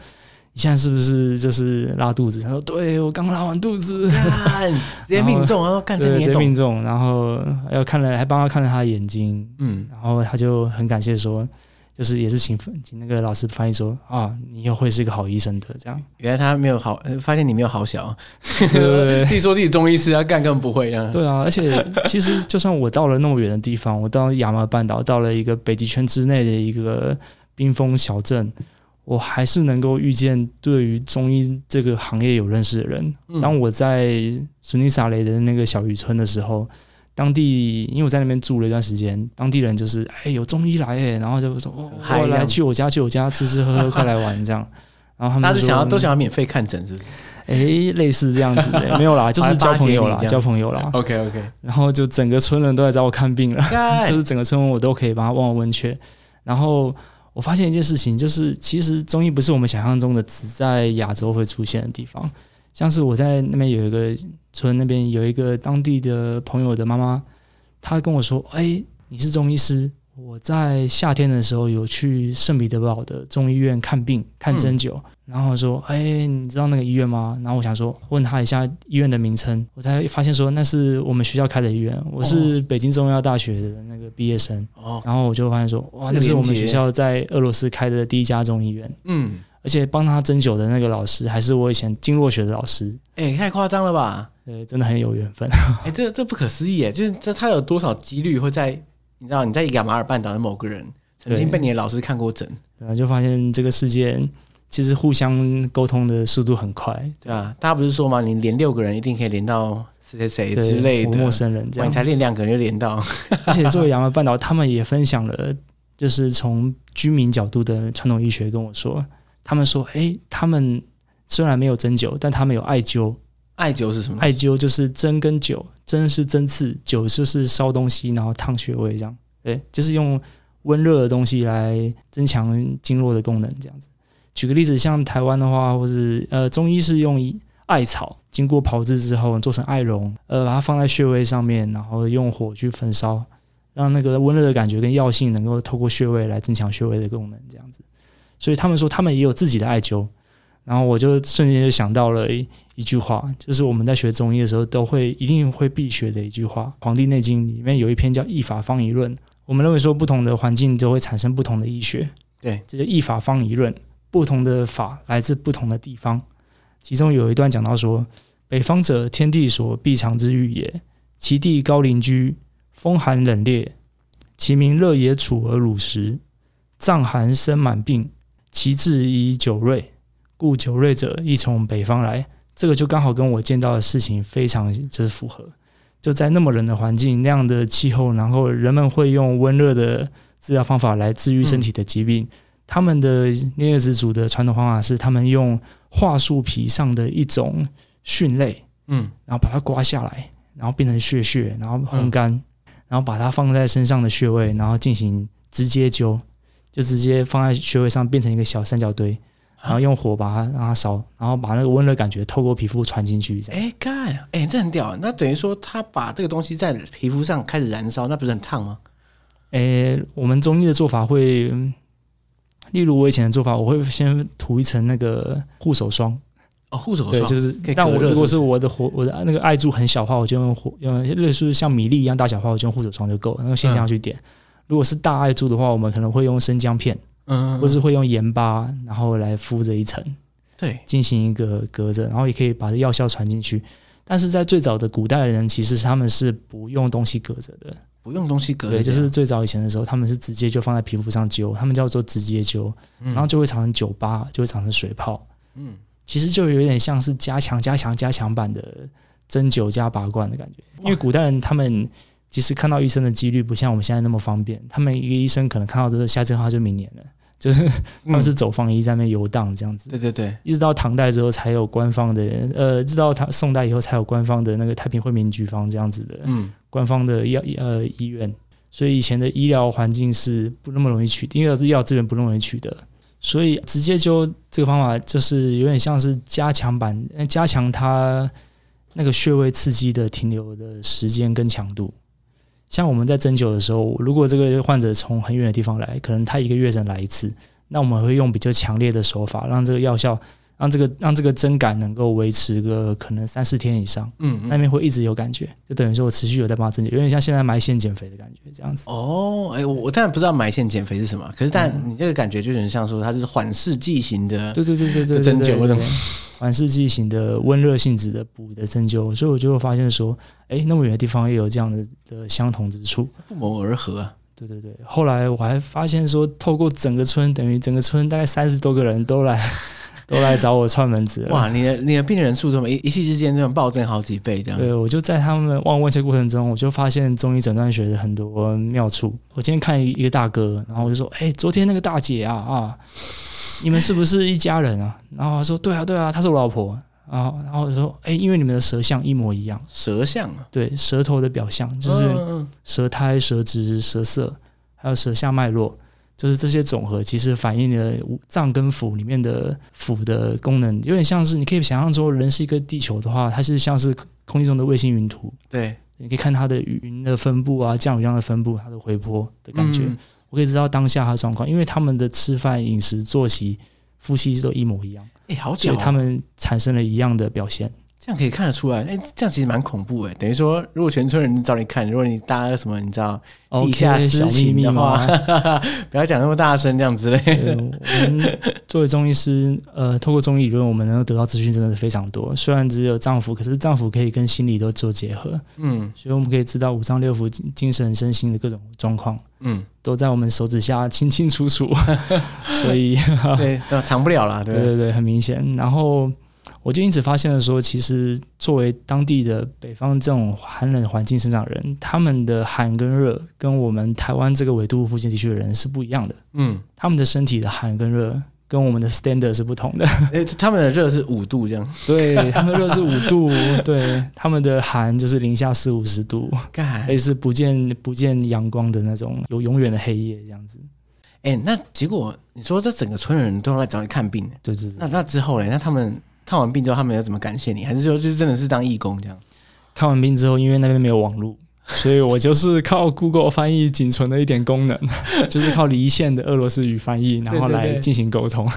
你现在是不是就是拉肚子？他说对，我刚拉完肚子。
干，直接命中，然后干这
对，
你也
直接
懂。
命中，然后还有看了，还帮他看了他的眼睛，
嗯，
然后他就很感谢说，就是也是请请那个老师翻译说啊，你以后会是一个好医生的这样。
原来他没有好，呃发现你没有好小，
对
自己说自己中医师，他干根本不会这嗯样。
对啊，而且其实就算我到了那么远的地方，我到亚马尔半岛，到了一个北极圈之内的一个冰封小镇，我还是能够遇见对于中医这个行业有认识的人。
嗯
当我在苏尼萨雷的那个小渔村的时候，当地因为我在那边住了一段时间，当地人就是哎有中医来哎，然后就说哦
嗨
来
这
来
样
去我家去我家吃吃喝喝快来玩这样，然后他们
大家
就是说
想要都想要免费看诊，是不是
哎类似这样子的、没 有啦，就是交朋友
巴结
啦
你这样
交朋友啦，
？OK OK，
然后就整个村人都来找我看病 了， 就
干
是整个村我都可以帮他望问缺。然后我发现一件事情，就是其实中医不是我们想象中的只在亚洲会出现的地方。像是我在那边有一个村，那边有一个当地的朋友的妈妈，她跟我说：“哎，你是中医师，我在夏天的时候有去圣彼得堡的中医院看病看针灸。然后说：“哎，你知道那个医院吗？”然后我想说问他一下医院的名称，我才发现说那是我们学校开的医院，我是北京中医药大学的那个毕业生。
哦，
然后我就发现说，哇，
这个
那是我们
连接
学校在俄罗斯开的第一家中医院，
嗯，
而而且帮他针灸的那个老师还是我以前经络学的老师，
哎、太夸张了 吧？
呃，真的很有缘分。
哎、这这不可思议哎！就是这他有多少几率会在你知道你在亚马尔半岛的某个人曾经
对
被你的老师看过诊，
然后就发现这个世界其实互相沟通的速度很快，
对吧、大家不是说嘛，你连六个人一定可以连到谁谁谁
对
之类的，
陌生人这
哇
样
你。才练两个人就连到，
而且作为亚麻半岛，他们也分享了，就是从居民角度的传统医学跟我说，他们说，诶，他们虽然没有针灸，但他们有艾灸。
艾灸是什么？
艾灸就是针跟灸，针是针刺，灸就是烧东西然后烫穴位这样。对，就是用温热的东西来增强经络的功能这样子。举个例子，像台湾的话，或是呃中医是用艾草经过炮制之后做成艾绒，呃把它放在穴位上面，然后用火去焚烧，让那个温热的感觉跟药性能够透过穴位来增强穴位的功能这样子。所以他们说他们也有自己的艾灸，然后我就瞬间就想到了一一句话，就是我们在学中医的时候都会一定会必学的一句话，《黄帝内经》里面有一篇叫《医法方一论》。我们认为说，不同的环境都会产生不同的医学，
对，
这就医法方一论，不同的法来自不同的地方。其中有一段讲到说：“北方者，天地所必藏之欲也，其地高邻居，风寒冷冽，其民热也处而乳食，脏寒生满病，其治以九瑞。故九瑞者，亦从北方来。”这个就刚好跟我见到的事情非常就是符合。就在那么冷的环境、那样的气候，然后人们会用温热的治疗方法来治愈身体的疾病。他们的颞叶子族的传统方法是，他们用桦树皮上的一种蕈类，
嗯，
然后把它刮下来，然后变成血血，然后烘干，然后把它放在身上的穴位，然后进行直接灸，就直接放在穴位上变成一个小三角堆，然后用火把它让它烧，然后把那个温热感觉透过皮肤传进去，这样。
哎干，哎、这很屌。那等于说他把这个东西在皮肤上开始燃烧，那不是很烫吗？
诶，我们中医的做法会，嗯例如我以前的做法，我会先涂一层那个护手霜。
哦，护手霜
对，就是
可以。
但
隔
我
热
如果
是
是
不
我的火，我的那个艾柱很小的话，我就用火，用类似像米粒一样大小的话，我就用护手霜就够了，然后线
嗯
上去点。如果是大艾柱的话，我们可能会用生姜片，
嗯，
或是会用盐巴，然后来敷着一层，
对，
进行一个隔着，然后也可以把这药效传进去。但是在最早的古代的人，其实他们是不用东西隔着的，
不用东西隔
对，
着，
就是最早以前的时候，他们是直接就放在皮肤上灸，他们叫做直接灸，
嗯
然后就会产生酒吧，就会产生水泡。
嗯，
其实就有点像是加强、加强、加强版的针灸加拔罐的感觉。因为古代人他们其实看到医生的几率不像我们现在那么方便，他们一个医生可能看到就是下针号就明年了，就是
嗯
他们是走访医在那边游荡这样子。
对对对，
一直到唐代之后才有官方的，呃，一直到唐宋代以后才有官方的那个太平惠民局方这样子的
嗯，
官方的药呃医院，所以以前的医疗环境是不那么容易取得，因为医疗资源不那么容易取得，所以直接灸这个方法就是有点像是加强版，呃加强它那个穴位刺激的停留的时间跟强度。像我们在针灸的时候，如果这个患者从很远的地方来，可能他一个月才来一次，那我们会用比较强烈的手法，让这个药效，让这个让这个针感能够维持个可能三四天以上。
嗯，
那
嗯
边会一直有感觉，就等于说我持续有在帮他增减，有点像现在埋线减肥的感觉这样子。
哦，哎、我我当然不知道埋线减肥是什么，可是但你这个感觉就有点像说它是缓释剂型的，
嗯对对对对对，
就针灸那
对
种，
缓释剂型的温热性质的补的针灸，所以我就会发现说，哎，那么远的地方也有这样的的相同之处。
不谋而合啊。
对对对，后来我还发现说，透过整个村，等于整个村大概三十多个人都来 都来找我串门子了。
哇，你的你的病人数这么一一夕之间这种暴增好几倍这样，
对，我就在他们望问切过程中，我就发现中医诊断学的很多妙处。我今天看一个大哥，然后我就说：“哎、昨天那个大姐啊啊，你们是不是一家人啊？”然后他说：“对啊，对啊，她是我老婆。”然后，然后我就说：“哎、因为你们的舌象一模一样，
舌象啊，
对，舌头的表象就是
嗯
舌苔、舌质、舌色，还有舌下脉络。”就是这些总和，其实反映了五脏跟腑里面的腑的功能，有点像是你可以想象说，人是一个地球的话，它是像是空气中的卫星云图，
对
你可以看它的云的分布啊，降雨量的分布，它的回波的感觉，
嗯
我可以知道当下它的状况，因为他们的吃饭、饮食、作息、夫妻都一模一样，
哎、好
所
久、
以他们产生了一样的表现。
这样可以看得出来，哎、这样其实蛮恐怖哎。等于说，如果全村人找你看，如果你搭什么，你知道地下
OK，
私
小秘
情
密
的话
吗？
不要讲那么大声，这样之类的。
对，我们作为中医师，呃，透过中医理论，我们能够得到资讯真的是非常多。虽然只有脏腑，可是脏腑可以跟心理都做结合，
嗯
所以我们可以知道五脏六腑、精精神、身心的各种状况，
嗯，
都在我们手指下清清楚楚。所以，
对，那藏不了啦，对
对
不对？
啊对对，很明显。然后，我就因此发现了说，其实作为当地的北方这种寒冷环境生长的人，他们的寒跟热跟我们台湾这个纬度附近地区的人是不一样的。
嗯，
他们的身体的寒跟热跟我们的 standard 是不同的。
哎、他们的热是五度这样，
对 他们热是五度，对他们的寒就是零下四五十度，
干，
类似不见不见阳光的那种，有永远的黑夜这样子。
哎、那结果你说这整个村的人都来找你看病，
对对对，
那那之后嘞，那他们看完病之后，他们要怎么感谢你？还是说就是真的是当义工这样？
看完病之后，因为那边没有网 络。所以我就是靠 Google 翻译仅存的一点 功能，就是靠离线的俄罗斯语翻译，然后
对对
来
对
进行沟通，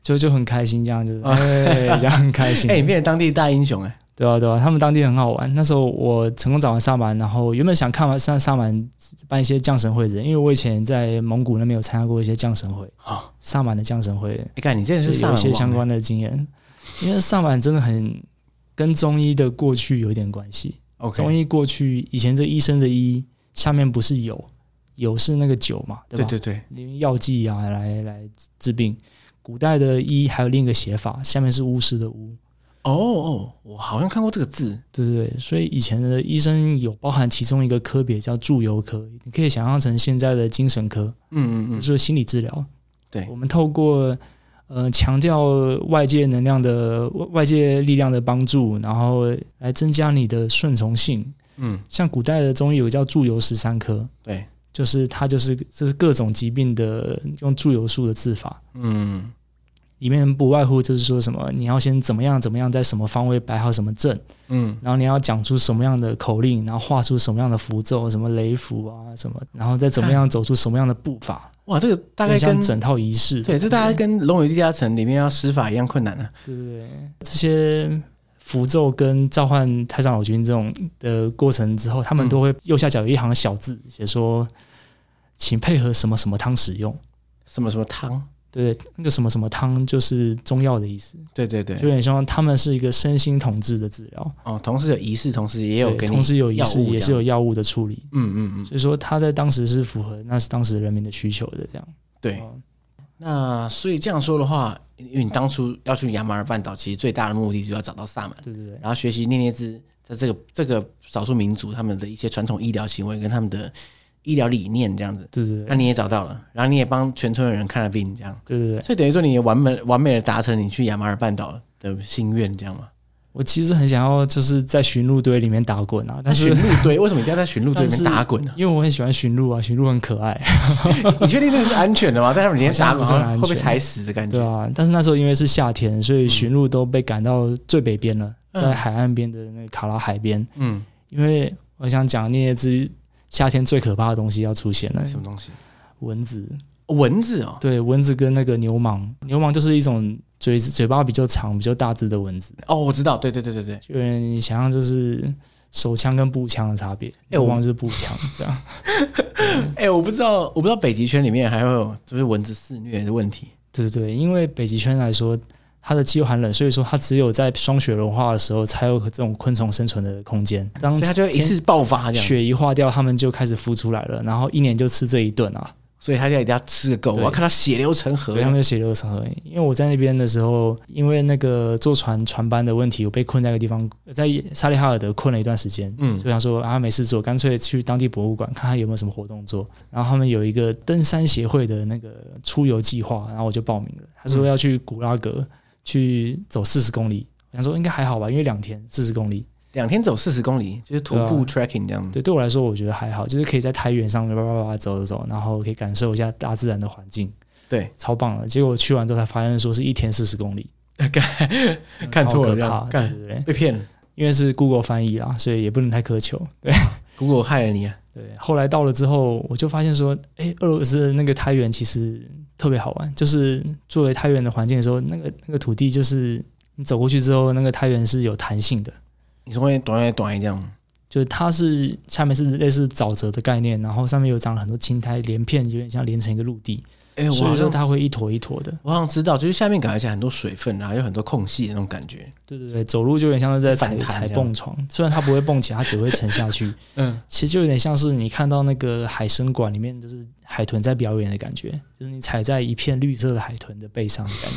就就很开心，这样就是，
啊
哎，这样很开心。
哎、你变成当地大英雄哎、
对啊，对啊，他们当地很好玩。那时候我成功找完萨满，然后原本想看完萨萨满办一些降神会的，因为我以前在蒙古那边有参加过一些降神会，
哦，
萨满的降神会
你、哎看你真的
就是是
萨
有一
满
些
王
相
欸
关的经验。因为萨满真的很跟中医的过去有一点关系。
啊
中
，OK，
医过去以前这医生的医下面不是有，有是那个酒嘛，对
对
吧？
对对，
用药剂啊来来治病。古代的医还有另一个写法，下面是巫师的巫。
哦哦，我好像看过这个字，
对对对，所以以前的医生有包含其中一个科别叫助游科，你可以想象成现在的精神科，
嗯嗯嗯，
就是心理治疗。
对
我们透过呃强调外界能量的外外界力量的帮助，然后来增加你的顺从性。
嗯，
像古代的中医有个叫助游十三科，
对，
就是它就是这是各种疾病的用助游术的治法。
嗯
里面不外乎就是说什么，你要先怎么样怎么样，在什么方位摆好什么阵，
嗯，
然后你要讲出什么样的口令，然后画出什么样的符咒，什么雷符啊，什么，然后再怎么样走出什么样的步伐，
哇，这个大
有
概跟
点像整套仪式。
对，这大概
概
跟《龙与地下城》里面要施法一样困难啊。
对对对，这些符咒跟召唤太上老君这种的过程之后，他们
嗯
都会右下角有一行小字写说，请配合什么什么汤使用。
什么什么汤，
对，对那个什么什么汤就是中药的意思，
对对
就有
对，
点像他们是一个身心统治的治疗，
哦，同时有仪式，同时也有
对
给你，
同时有仪
药
式，
物这
也是
样
有药物的处理。
嗯嗯嗯，
所以说他在当时是符合那是当时人民的需求的这样。
对。
哦
那所以这样说的话，因为你当初要去亚马尔半岛，其实最大的目的就是要找到萨满，
对对对
然后学习涅涅兹在这个这个少数民族他们的一些传统医疗行为跟他们的医疗理念这样子。
对对
那
对
你也找到了，然后你也帮全村的人看了病，这样，
对对对，
所以等于说你也完美完美的达成你去亚马尔半岛的心愿，这样吗？
我其实很想要就是在巡路堆里面打滚啊，
那
但
巡
是
路队为什么一定要在巡路队里面
但是
打滚呢、
因为我很喜欢巡路啊，巡路很可爱，
嗯你确定那个是安全的吗？在他们里面打滚，
好像不是很安全啊
会被踩死的感觉
对。啊。但是那时候因为是夏天，所以巡路都被赶到最北边了，
嗯
在海岸边的那个卡拉海边。
嗯，
因为我想讲那只夏天最可怕的东西要出现了，
什么东西？
蚊子。
蚊子哦，
对，蚊子跟那个牛虻，牛虻就是一种嘴嘴巴比较长、比较大只的蚊子。
哦，我知道，对对对对对，
就有点你想象就是手枪跟步枪的差别，
哎我
我忘就是步 枪啊这样。
哎、我不知道，我不知道北极圈里面还会有就是蚊子肆虐的问题。
对对对，因为北极圈来说，它的气候寒冷，所以说它只有在霜雪融化的时候才有这种昆虫生存的空间。当
所以它就会一
天
次爆发这样，
雪一化掉，它们就开始孵出来了，然后一年就吃这一顿啊，
所以它就一定要吃个够，我
对
要看它血流成河
所以。它们就血流成河。因为我在那边的时候，因为那个坐船船班的问题，我被困在一个地方，在沙利哈尔德困了一段时间。
嗯
就想说啊，没事做，干脆去当地博物馆看看有没有什么活动做。然后他们有一个登山协会的那个出游计划，然后我就报名了。
嗯
他说要去古拉格去走四十公里，我想说应该还好吧，因为两天四十公里，
两天走四十公里，就是徒步 trekking 这样。
对对我来说我觉得还好，就是可以在苔原上面叭叭叭叭走走走，然后可以感受一下大自然的环境，
对，
超棒的。结果去完之后才发现说是一天四十 公里，嗯
看错了这
超可
样
怕，对
干
对对，
被骗了
因为是 Google 翻译啦，所以也不能太苛求，对。
，Google 害了你啊！
对，后来到了之后，我就发现说，哎，俄罗斯的那个苔原其实特别好玩，就是作为苔原的环境的时候，那个那个土地就是你走过去之后，那个胎源是有弹性的，
你说会短来短来这样，
就是它是下面是类似沼泽的概念，然后上面有长了很多青苔，连片有点像连成一个陆地，
哎、我
所
好
以说
像
它会一坨一坨的。
我好像知道，就是下面感觉起来很多水分啊，有很多空隙的那种感觉。
对对对，走路就有点像是在踩
反弹
踩
这样
蹦床，虽然它不会蹦起来，它只会沉下去。
嗯，
其实就有点像是你看到那个海参馆里面，就是海豚在表演的感觉，就是你踩在一片绿色的海豚的背上的感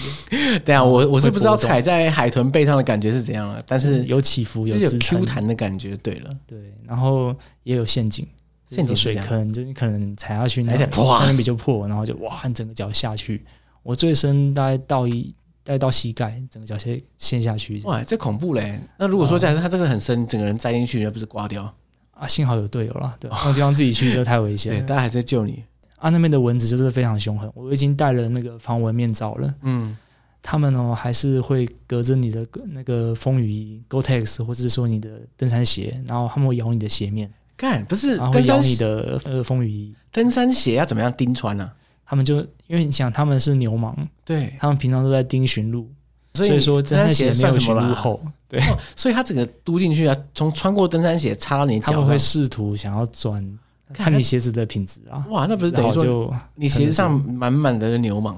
觉，
对啊，我我是
会
不知道
波动
踩在海豚背上的感觉是怎样了， 但是
有起伏，
就
有
是有
支撑
Q，弹的感觉。对了，
对，然后也有陷阱，
陷阱
有
是哎
水
这样
坑，就是你可能踩下去，
踩一踩
那
啪
那边比较破，然后就哇，你整个脚下去，我最深大概到一大概到膝盖，整个脚先陷下去
哇，这恐怖嘞！那如果
哦
说假设它这个很深，整个人栽进去，那不是刮掉？
啊，幸好有队友了，对，那个地方自己去就太危险
对，
了。
大家还是会救你。
啊，那边的蚊子就是非常凶狠，我已经戴了那个防蚊面罩了。
嗯，
他们哦还是会隔着你的那个风雨衣、Gore-Tex，或者是说你的登山鞋，然后他们会咬你的鞋面，
干不是
然后啊会
登
咬
山
你
鞋，
的呃风雨衣。
登山鞋要怎么样钉穿啊呢、
他们就因为你想他们是牛虻，
对，
他们平常都在盯寻路，所
以
说登山鞋没
算
有
什么
寻路
啦？
后，对，
哦所以它整个嘟进去啊，从穿过登山鞋插到你
他
脚
们
上
会， 试图想要钻，
看
看你鞋子的品质啊。
哇，那不是
然
等于
后
说
就
你鞋子上满满的牛虻？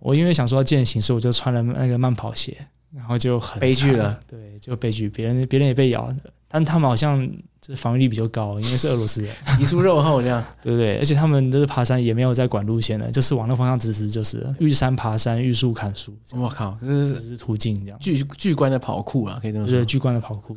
我因为想说要践行，所以我就穿了那个慢跑鞋，然后就很
悲剧
惨
了。
对，就悲剧，别人别人也被咬，但他们好像这防御力比较高，因为是俄罗斯 人。
遗书肉厚这样，
对不对？而且他们都是爬山，也没有在管路线的，就是往那方向直直就是了遇山爬山，遇树砍树，这样
我靠，这是
直直途径这样，
巨巨观的跑酷啊，可以这么
就是
说。
巨观的跑酷。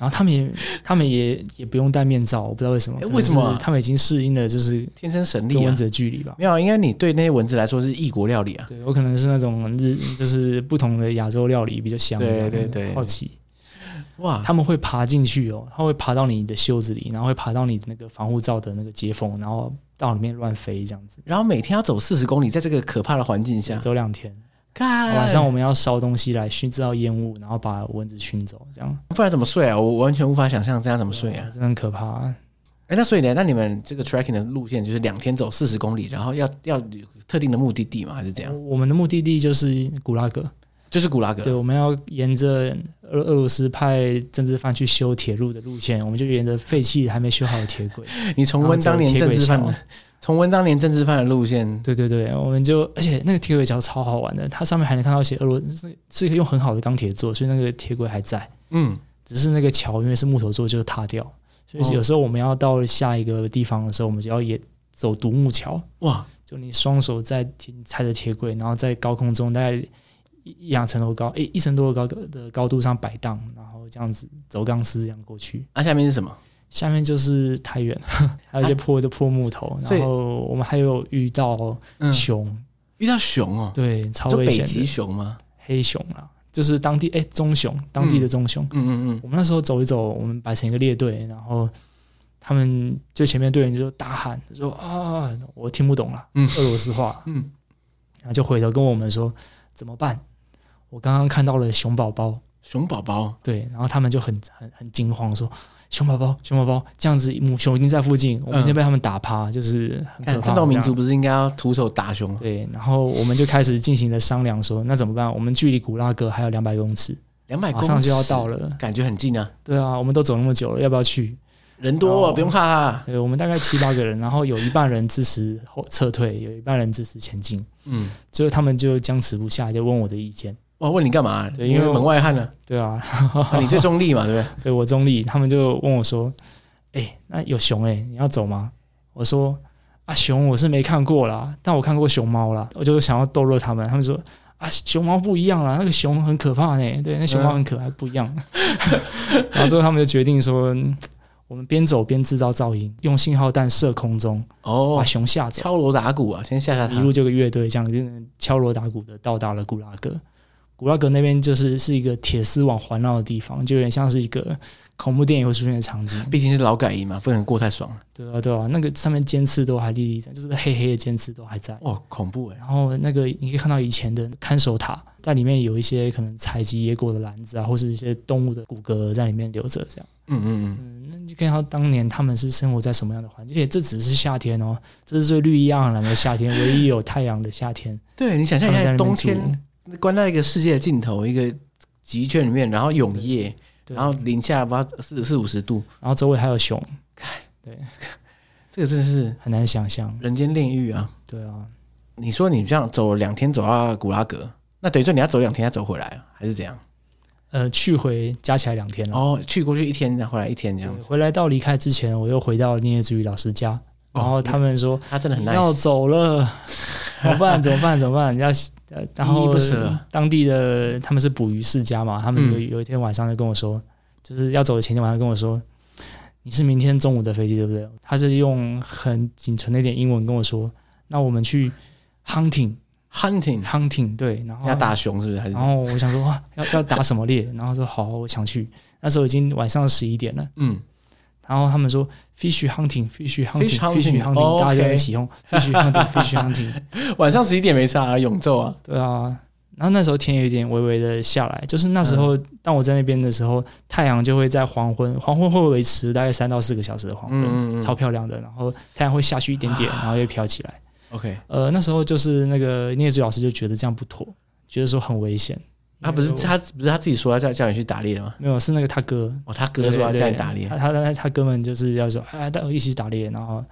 然后他 们也，他们也也不用戴面罩，我不知道为什么
诶，为什么啊
可能是他们已经适应了，就是
天生神
跟
力
蚊
啊！
子的距离吧。
没有啊，应该你对那些蚊子来说是异国料理啊。
对我可能是那种日，就是不同的亚洲料理比较香，
对
这样
对对
好奇
哇，
他们会爬进去哦，他会爬到你的袖子里，然后会爬到你的那个防护罩的那个接缝，然后到里面乱飞这样子，
然后每天要走四十公里，在这个可怕的环境下，
走两天。
看
晚上我们要烧东西来熏制造烟雾，然后把蚊子熏走，这样
不然怎么睡啊？我完全无法想象这样怎么睡啊！
真的很可怕、
哎，那所以呢，那你们这个 tracking 的路线就是两天走四十公里，然后要要有特定的目的地吗？还是怎样？
我们的目的地就是古拉格，
就是古拉
对，
格。
我们要沿着俄俄罗斯派政治犯去修铁路的路线，我们就沿着废弃还没修好的铁轨，
你重温当年政治犯的， 重温当年政治犯的路线，
对对对，我们就而且那个铁轨桥超好玩的，它上面还能看到写俄罗斯是用很好的钢铁做，所以那个铁轨还在，
嗯，
只是那个桥因为是木头做就塌掉，所
哦
以有时候我们要到下一个地方的时候，我们就要也走独木桥。
哇，
就你双手在停踩着铁轨，然后在高空中大概一一两层楼高，诶，一层多高的高度上摆荡，然后这样子走钢丝这样过去。
那、啊下面是什么？
下面就是太远， 还有一些破的破木头，
所以
然后我们还有遇到
嗯，
熊，
遇到熊哦，
对，超
说
危
北
险
极
的
熊吗？
黑熊啊，就是当地诶，棕熊，当地的棕熊。
嗯嗯
我们那时候走一走，我们摆成一个列队，然后他们最前面队员就大喊说啊，我听不懂了，
嗯
俄罗斯话，
嗯，
然后就回头跟我们说怎么办？我刚刚看到了熊宝宝，
嗯，熊宝宝，
对，然后他们就很很很惊慌说。熊宝宝，熊宝宝，这样子母熊已经在附近，我们就被他们打趴，就是很可
嗯看
怕。
战斗民族
这样
不是应该要徒手打熊？
对，然后我们就开始进行了商量说，那怎么办？我们距离古拉格还有两百公尺，
两百
马
公
上就要
尺
到，了。
感觉很近啊，
对啊，我们都走那么久了，要不要去？
人多、
哦
不用怕、啊。
对，我们大概七八个人，然后有一半人支持后撤退，有一半人支持前进，
嗯，
最后他们就僵持不下，就问我的意见。
我问你干嘛、
对
因
因为
为门外汉呢、
对啊，
啊你最中立嘛，对 不对？
对我中立，他们就问我说：“哎、那有熊哎、你要走吗？”我说：“啊，熊我是没看过啦，但我看过熊猫啦。”我就想要逗乐他们，他们说：“啊，熊猫不一样啦，那个熊很可怕呢、对，那熊猫很可爱，不一样。 然后最后他们就决定说：“嗯我们边走边制造噪音，用信号弹射空中，把
哦，
熊吓走。
敲锣打鼓啊，先吓吓
一
他
路。这个乐队这样就是敲锣打鼓的到达了古拉格。古拉格那边就是是一个铁丝网环绕的地方，就有点像是一个恐怖电影会出现的场景。
毕竟是劳改营嘛，不能过太爽了。
对啊，对啊，那个上面尖刺都还历历在，就是黑黑的尖刺都还在。
哦，恐怖哎、
然后那个你可以看到以前的看守塔，在里面有一些可能采集野果的篮子啊，或是一些动物的骨骼在里面留着，这样。
嗯嗯
嗯，那你就可以看到当年他们是生活在什么样的环境。而且这只是夏天哦，这是最绿意盎然的夏天，唯一有太阳的夏天。
嗯，对你想象
他
一
们在
下，
那边
冬
住
天关在一个世界的尽头，一个极圈里面，然后永夜，
对
然后零下不知道四四五十度，
然后周围还有熊，
这个真的是
很难想象。
人间炼狱啊！
对啊，
你说你这样走两天走到古拉格，那等于说你要走两天才走回来啊，还是怎样？
呃，去回加起来两天了。
哦，去过去一天，再回来一天这样
对
子。
回来到离开之前，我又回到聂志宇老师家，然后他们说、
他哦真的很
你要
nice，
走了，怎么办？怎么办？怎么办？要呃然
依依
后
不舍嗯
当地的他们是捕鱼世家嘛，他们有有一天晚上就跟我说，就是要走的前天晚上跟我说，你是明天中午的飞机对不对？他是用很仅存的一点英文跟我说，那我们去 hunting
hunting
hunting 对，然后
要打熊是不是？还是
然后我想说哇，要要打什么猎？然后说好，我想去。那时候已经晚上十一点了。
嗯，
然后他们说 fish hunting，fish
Fish hunting，
hunting，fish
哦
hunting，大家就在
OK
一起用 fish hunting，fish hunting。
晚上十一点没差啊，永昼啊，
对啊，然后那时候天有点微微的下来，就是那时
嗯
候、当我在那边的时候，太阳就会在黄昏，黄昏会维持大概三到四个小时的黄昏，
嗯嗯嗯
超漂亮的。然后太阳会下去一 点点，然后又飘起来。
，OK，
呃，那时候就是那个聂主老师就觉得这样不妥，觉得说很危险。
他不是
因为
他不是他自己说要叫叫你去打猎的吗？
没有是那个他哥，
哦，他哥说要
对
叫你
对
打猎
他，他他他哥们就是要说，哎，带我一起打猎，然后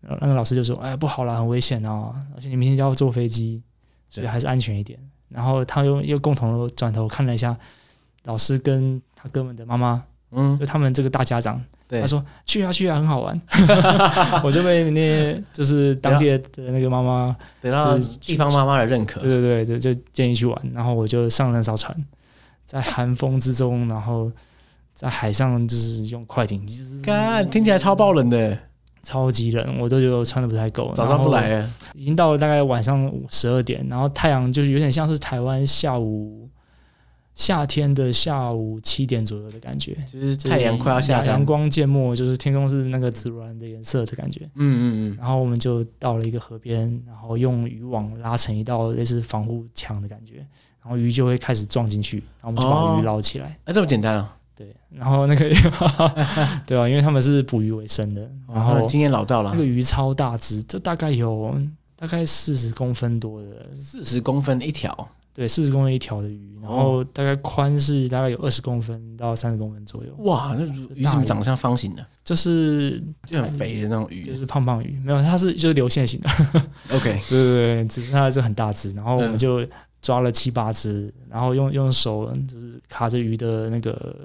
然后那个老师就说，哎，不好啦，很危险哦，而且你明天就要坐飞机，所以
对
还是安全一点。然后他又又共同地转头看了一下老师跟他哥们的妈妈，
嗯，
就他们这个大家长，
对
他说去啊去啊，很好玩。 我就被那就是当
啊
地的那个妈妈，
得到
就是
地方妈妈的认可，
对对对对，就建议去玩，然后我就上了那艘船，在寒风之中，然后在海上就是用快艇。
看听起来超爆冷的，
超级冷，我都觉得我穿的不太够。
早上不来
然后
了，
已经到了大概晚上十二点，然后太阳就是有点像是台湾下午夏天的下午七点左右的感觉，
就是
就是
太阳快要下山
阳，光渐没，就是天空是那个紫罗兰的颜色的感觉。
嗯嗯嗯，
然后我们就到了一个河边，然后用渔网拉成一道类似防护墙的感觉，然后鱼就会开始撞进去，然后我们就把
哦
鱼捞起来。
哎，这么简单啊，
对，然后那个 对啊，因为他们是捕鱼为生的，然
哦
后
经验老道了
那，个鱼超大只，就大概有大概四十公分多的，
四十公分一条，
对，四十公分一条的鱼，然后大概宽是大概有二十公分到三十公分左右，
哇，那鱼怎么长得像方形的？
就是
就很肥的那种
就
鱼
是胖胖鱼，没有，它是就是流线型的，
，OK，
对对对，只是它就很大只，然后我
嗯
们就抓了七八只，然后用用手嗯就是卡着鱼的那个。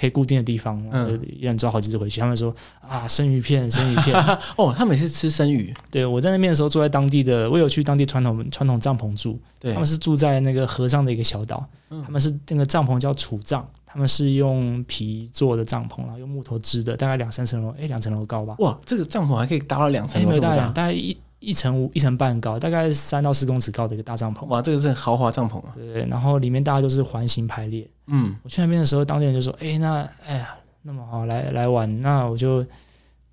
可以固定的地方，然后
嗯
一人抓好几只回去。他们说啊，生鱼 片，生鱼片。
哦，他们也是吃生鱼，
对我在那边的时候，住在当地的，我有去当地传统传统帐篷住，
对
他，们是住在那个河上的一个小岛，
嗯
他们是那个帐篷叫楚帐，他们是用皮做的帐篷，然后用木头支的，大概两三层楼，哎，两层楼高吧，
哇，这个帐篷还可以搭到两
哎，
层楼
没有
这
大
么啊
概两
大，
大概一一层五一层半高，大概三到四公尺高的一个大帐篷，
哇，这个是豪华帐篷啊，
对，然后里面大家都是环形排列。
嗯，
我去那边的时候，当地人就说，哎，那哎呀，那么好来来玩，那我就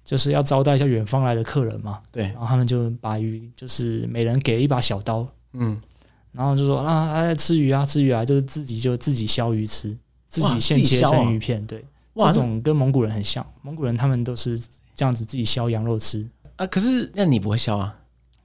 就是要招待一下远方来的客人嘛，
对
然后他们就把鱼就是每人给了一把小刀，
嗯，
然后就说啊，哎，吃鱼啊，吃鱼啊，就是自己就自己削鱼吃，自
哇
己现
自己
切
削啊
生鱼片，对，
哇
这种跟蒙古人很像，蒙古人他们都是这样子自己削羊肉吃，
啊，可是那你不会削啊？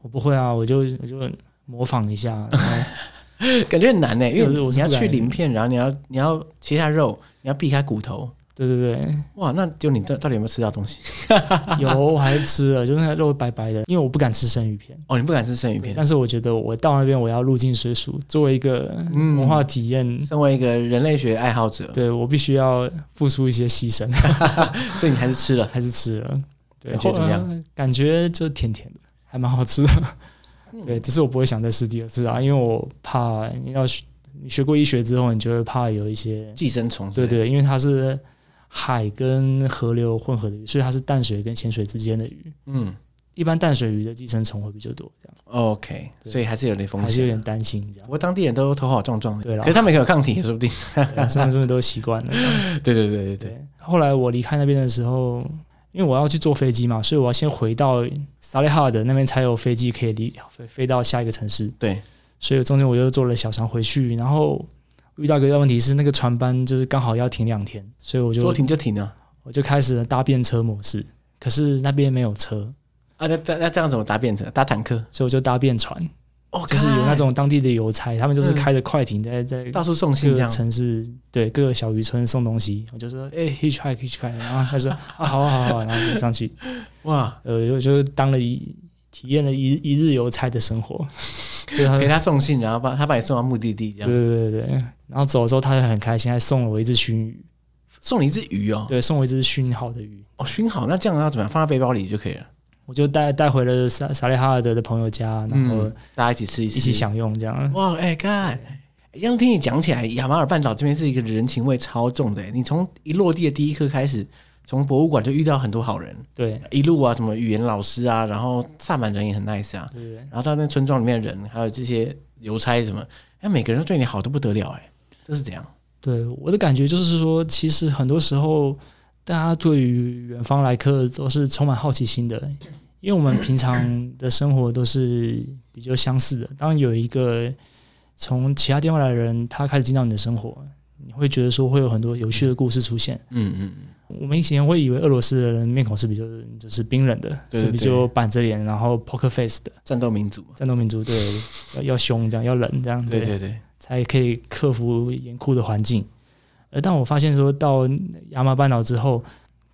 我不会啊，我就我就模仿一下，然后
感觉很难呢、欸因
我是
为
我
你
是
要
不敢
去鳞片，然后你要你要切下肉，你要避开骨头，
对对对，
哇，那就你到到底有没有吃到东西？
有我还是吃了，就是那个肉白白的，因为我不敢吃生鱼片，
哦，你不敢吃生鱼片，
但是我觉得我到那边我要入境随俗，作为一个
嗯
文化体验。
身为一个人类学爱好者，
对我必须要付出一些牺牲，
所以你还是吃了。
还是吃了。对，
感觉怎么样
后来感觉就甜甜的，还蛮好吃的。
嗯
对，只是我不会想再吃第二次啊，因为我怕你要学你学过医学之后，你就会怕有一些，
寄生虫之类
对
的，
对，因为它是海跟河流混合的鱼，所以它是淡水跟咸水之间的鱼。
嗯
一般淡水鱼的寄生虫会比较多，这样
，OK，
对
所以还是有点风
还是有
险。啊
点担心这
不
样。
过当地人都头好壮壮的，
对啊啦
可是他们也有抗体，说不 定。
对啊虽然说都习惯了，
对对对对对，
对。后来我离开那边的时候，因为我要去坐飞机嘛，所以我要先回到萨利哈德那边才有飞机可以离飞飞到下一个城市。
对，
所以中间我又坐了小船回去，然后遇到一个问题是那个船班就是刚好要停两天，所以我
说
就
停就停啊！
我就开始了搭便车模式。可是那边没有车，
啊，那那那这样怎么搭便车？搭坦克？
所以我就搭便船。
哦，
就是有那
看
种当地的邮差，他们就是
嗯
开着快艇在在
到处送
各
信这
个
样，
城市，对各个小渔村送东西。我就说，哎、h i t c h h i k e hitchhike，然后他说，啊，好啊好啊好啊，然后就上去，
哇，
呃，我就当了一体验了一一日邮差的生活。所以他
陪他送信，然后把他把你送到目的地这
对
样，
对对对，然后走的时候他也很开心，还送了我一只熏鱼，
送你一只鱼哦，
对，送我一只熏好的鱼，
哦，熏好，那这样要怎么样？放在背包里就可以了，
我就带带回了萨萨利哈尔德的朋友家，然后
嗯大家一起吃一
一
起
起享用这样。
哇，哎、干！这样听你讲起来，亚马尔半岛这边是一个人情味超重的。你从一落地的第一刻开始，从博物馆就遇到很多好人，
对
一路啊，什么语言老师啊，然后萨满人也很 nice 啊，
对对，
然后到那村庄里面的人，还有这些邮差什么，哎，每个人都对你好的不得了，哎，这是怎样？
对，我的感觉就是说，其实很多时候大家对于远方来客都是充满好奇心的，因为我们平常的生活都是比较相似的。当有一个从其他地方来的人，他开始进到你的生活，你会觉得说会有很多有趣的故事出现。
嗯嗯嗯，
我们以前会以为俄罗斯的人面孔是比较就是冰冷的，
对
是
对
比较板着脸，然后 poker face 的
战斗民族嘛，
战斗民族，对，要要凶这样，要冷这样，
对对对，
才可以克服严酷的环境。呃，但我发现说到亚马半岛之后，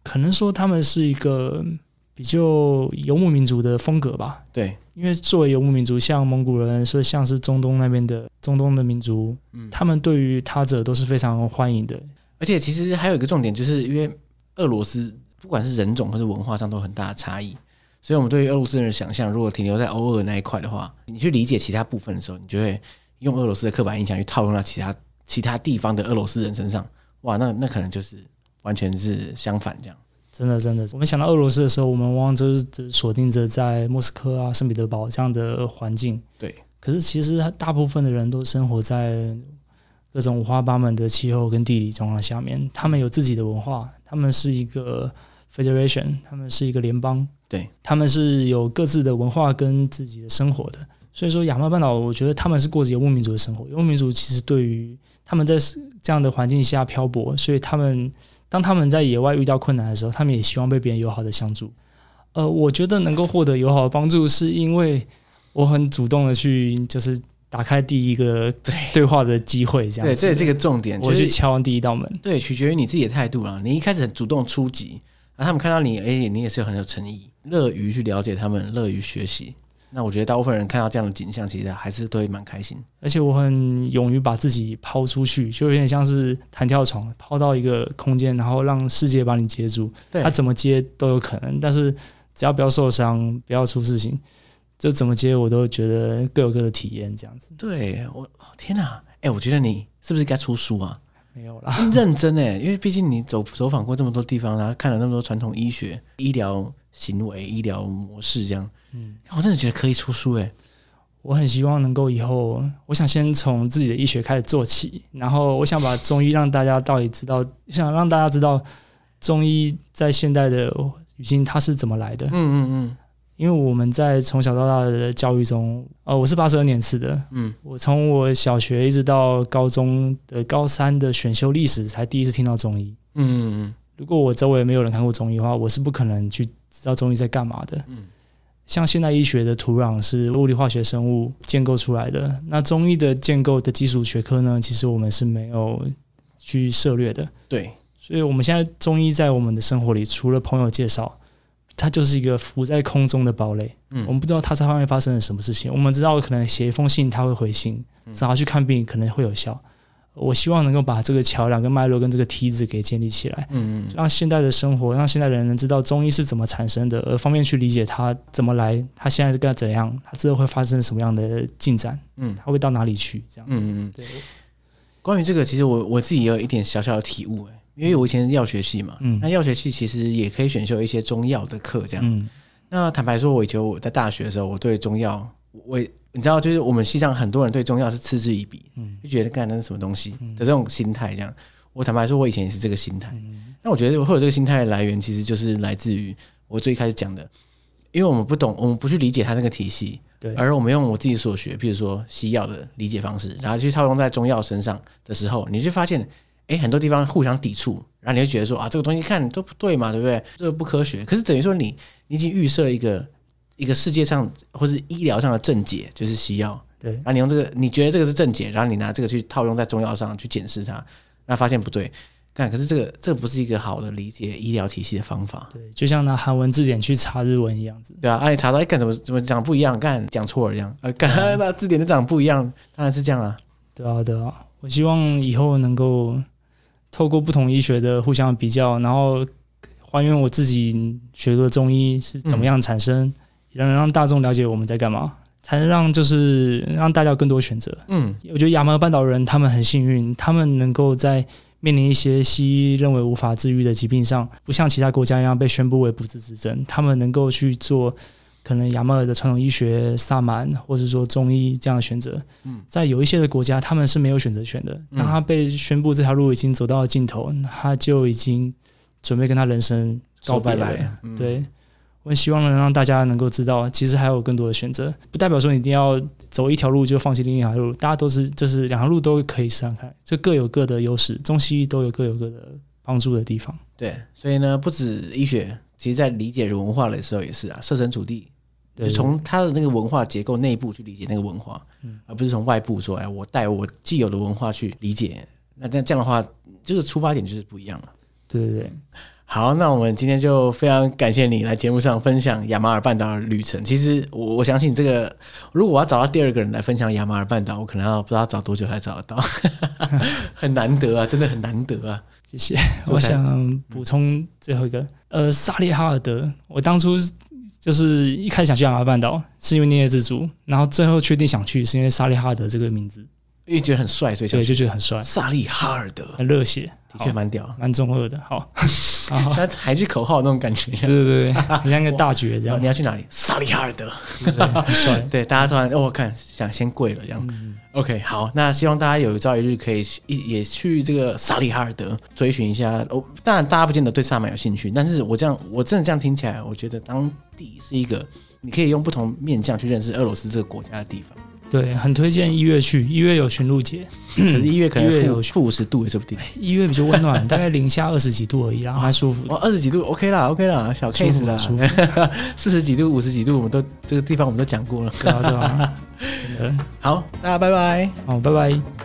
可能说他们是一个比较游牧民族的风格吧，
对，
因为作为游牧民族，像蒙古人，说像是中东那边的中东的民族，
嗯。
他们对于他者都是非常欢迎的。
而且其实还有一个重点，就是因为俄罗斯不管是人种或者文化上都有很大的差异，所以我们对于俄罗斯人的想象，如果停留在欧俄那一块的话，你去理解其他部分的时候，你就会用俄罗斯的刻板印象去套用到其他其他地方的俄罗斯人身上，哇，那那可能就是完全是相反这样。
真的，真的，我们想到俄罗斯的时候，我们往往就是只锁定着在莫斯科啊、圣彼得堡这样的环境。
对，
可是其实大部分的人都生活在各种五花八门的气候跟地理状况下面，他们有自己的文化，他们是一个 federation，他们是一个联邦，
对，
他们是有各自的文化跟自己的生活的。所以说，亚马半岛，我觉得他们是过着游牧民族的生活。游牧民族其实对于他们在这样的环境下漂泊，所以他们当他们在野外遇到困难的时候，他们也希望被别人友好的相助。呃，我觉得能够获得友好的帮助，是因为我很主动的去，就是打开第一个对话的机会，这样
对，
子
这是这个重点，
我
就
去
是
敲第一道门。
对，取决于你自己的态度啦。你一开始很主动出击，然后他们看到你，哎、你也是很有诚意，乐于去了解他们，乐于学习。那我觉得大部分人看到这样的景象，其实还是都会蛮开心。
而且我很勇于把自己抛出去，就有点像是弹跳床，抛到一个空间，然后让世界把你接住。
对
他、怎么接都有可能，但是只要不要受伤，不要出事情，这怎么接我都觉得各有各的体验，这样子
对我，哦天哪！哎、我觉得你是不是该出书啊？
没有啦。
认真哎、因为毕竟你走走访过这么多地方，然后看了那么多传统医学、医疗行为、医疗模式这样，嗯，我真的觉得可以出书哎、
我很希望能够以后，我想先从自己的医学开始做起，然后我想把中医让大家到底知道，想让大家知道中医在现代的语境它是怎么来的。
嗯嗯
因为我们在从小到大的教育中，呃，我是八十二年次的，
嗯
我从我小学一直到高中的高三的选修历史，才第一次听到中医。
嗯嗯
如果我周围没有人看过中医的话，我是不可能去知道中医在干嘛的。
嗯，
像现代医学的土壤是物理、化学、生物建构出来的，那中医的建构的基础学科呢，其实我们是没有去涉略的。
对，
所以我们现在中医在我们的生活里，除了朋友介绍，它就是一个浮在空中的堡垒。
嗯
我们不知道它上面发生了什么事情，我们知道可能写一封信他会回信，
嗯
找他去看病可能会有效。我希望能够把这个桥梁、跟脉络、跟这个梯子给建立起来，
嗯嗯
让现代的生活，让现代人能知道中医是怎么产生的，而方便去理解它怎么来，它现在该怎样，它之后会发生什么样的进展，
嗯
它会到哪里去，这样
嗯
子。
嗯。
对，
关于这个，其实我我自己也有一点小小的体悟哎、因为我以前是药学系嘛，
嗯
那药学系其实也可以选修一些中药的课这样。
嗯，
那坦白说，我以前我在大学的时候，我对中药，我也你知道，就是我们西藏很多人对中药是嗤之以鼻，
嗯
就觉得干那是什么东西的这种心态。这样，我坦白说，我以前也是这个心态。
嗯
那我觉得我会有这个心态的来源，其实就是来自于我最开始讲的，因为我们不懂，我们不去理解它那个体系，
对
而我们用我自己所学，比如说西药的理解方式，然后去套用在中药身上的时候，你就发现，诶，很多地方互相抵触，然后你就觉得说啊，这个东西看都不对嘛，对不对？这个不科学。可是等于说你，你已经预设一个一个世界上或是医疗上的症结，就是西药，
对
然后你用这个，你觉得这个是正解，然后你拿这个去套用在中药上去检视它，那发现不对，但可是这个这不是一个好的理解医疗体系的方法，
对，就像拿韩文字典去查日文一样子。
对啊，啊你查到哎干怎么怎么讲不一样，干讲错了这样，啊
嗯
干把字典都讲不一样，当然是这样啊，
对啊，对啊，我希望以后能够透过不同医学的互相比较，然后还原我自己学的中医是怎么样产生，也能让大众了解我们在干嘛，才能让就是让大家有更多选择。
嗯，
我觉得亚马尔半岛人他们很幸运，他们能够在面临一些西医认为无法治愈的疾病上，不像其他国家一样被宣布为不治之症，他们能够去做可能亚马尔的传统医学、萨满或者说中医这样的选择。
嗯
在有一些的国家，他们是没有选择权的。当他被宣布这条路已经走到了尽头，他就已经准备跟他人生告
说
别
拜
了。
拜，嗯，
对，我很希望能让大家能够知道，其实还有更多的选择，不代表说你一定要走一条路就放弃另一条路，大家都是就是两条路都可以试试看，就各有各的优势，中西医都有各有各的帮助的地方。
对，所以呢，不止医学，其实在理解文化的时候也是啊，设身处地，
对
就从它的那个文化结构内部去理解那个文化，
嗯
而不是从外部说，哎，我带我既有的文化去理解。那那这样的话，这个出发点就是不一样了。
对对对，
好，那我们今天就非常感谢你来节目上分享亚马尔半岛的旅程。其实我我相信这个，如果我要找到第二个人来分享亚马尔半岛，我可能要不知道找多久才找得 到，很难得啊，真的很难得啊。
谢谢。
所以
我
才嗯
想补充最后一个，呃，萨利哈尔德，我当初就是一开始想去亚马尔半岛，是因为涅叶自助，然后最后确定想去是因为萨利哈尔德这个名字，
因为觉得很帅，所以想
对，就觉得很帅，
萨利哈尔德
很热血，
的确蛮屌。
蛮中二的。好， 好好，
像采句口号那种感觉。
对对对，很像一个大绝这
然后
样
你，要去哪里？萨利哈尔德。
对对嗯对很帅。嗯
对，大家突然哦，我看想先跪了这样。OK，好，那希望大家有朝一日可以去一也去这个萨利哈尔德追寻一下。哦，当然大家不见得对萨满有兴趣，但是我这样我真的这样听起来，我觉得当地是一个你可以用不同面向去认识俄罗斯这个国家的地 方。
对，很推荐一月去，一月有驯鹿节，
可是一月可能
一月
负
有
负五十度也说不定。
一月比较温暖，大概零下二十几度而已啊，蛮舒服的。
哦，二十几度 OK 啦，OK 啦，小
舒
case
服
啦
舒，
四十几度、五十几度，我们 都这个地方我们都讲过了。
对啊对啊，真的
好，大家拜拜。
好，拜拜。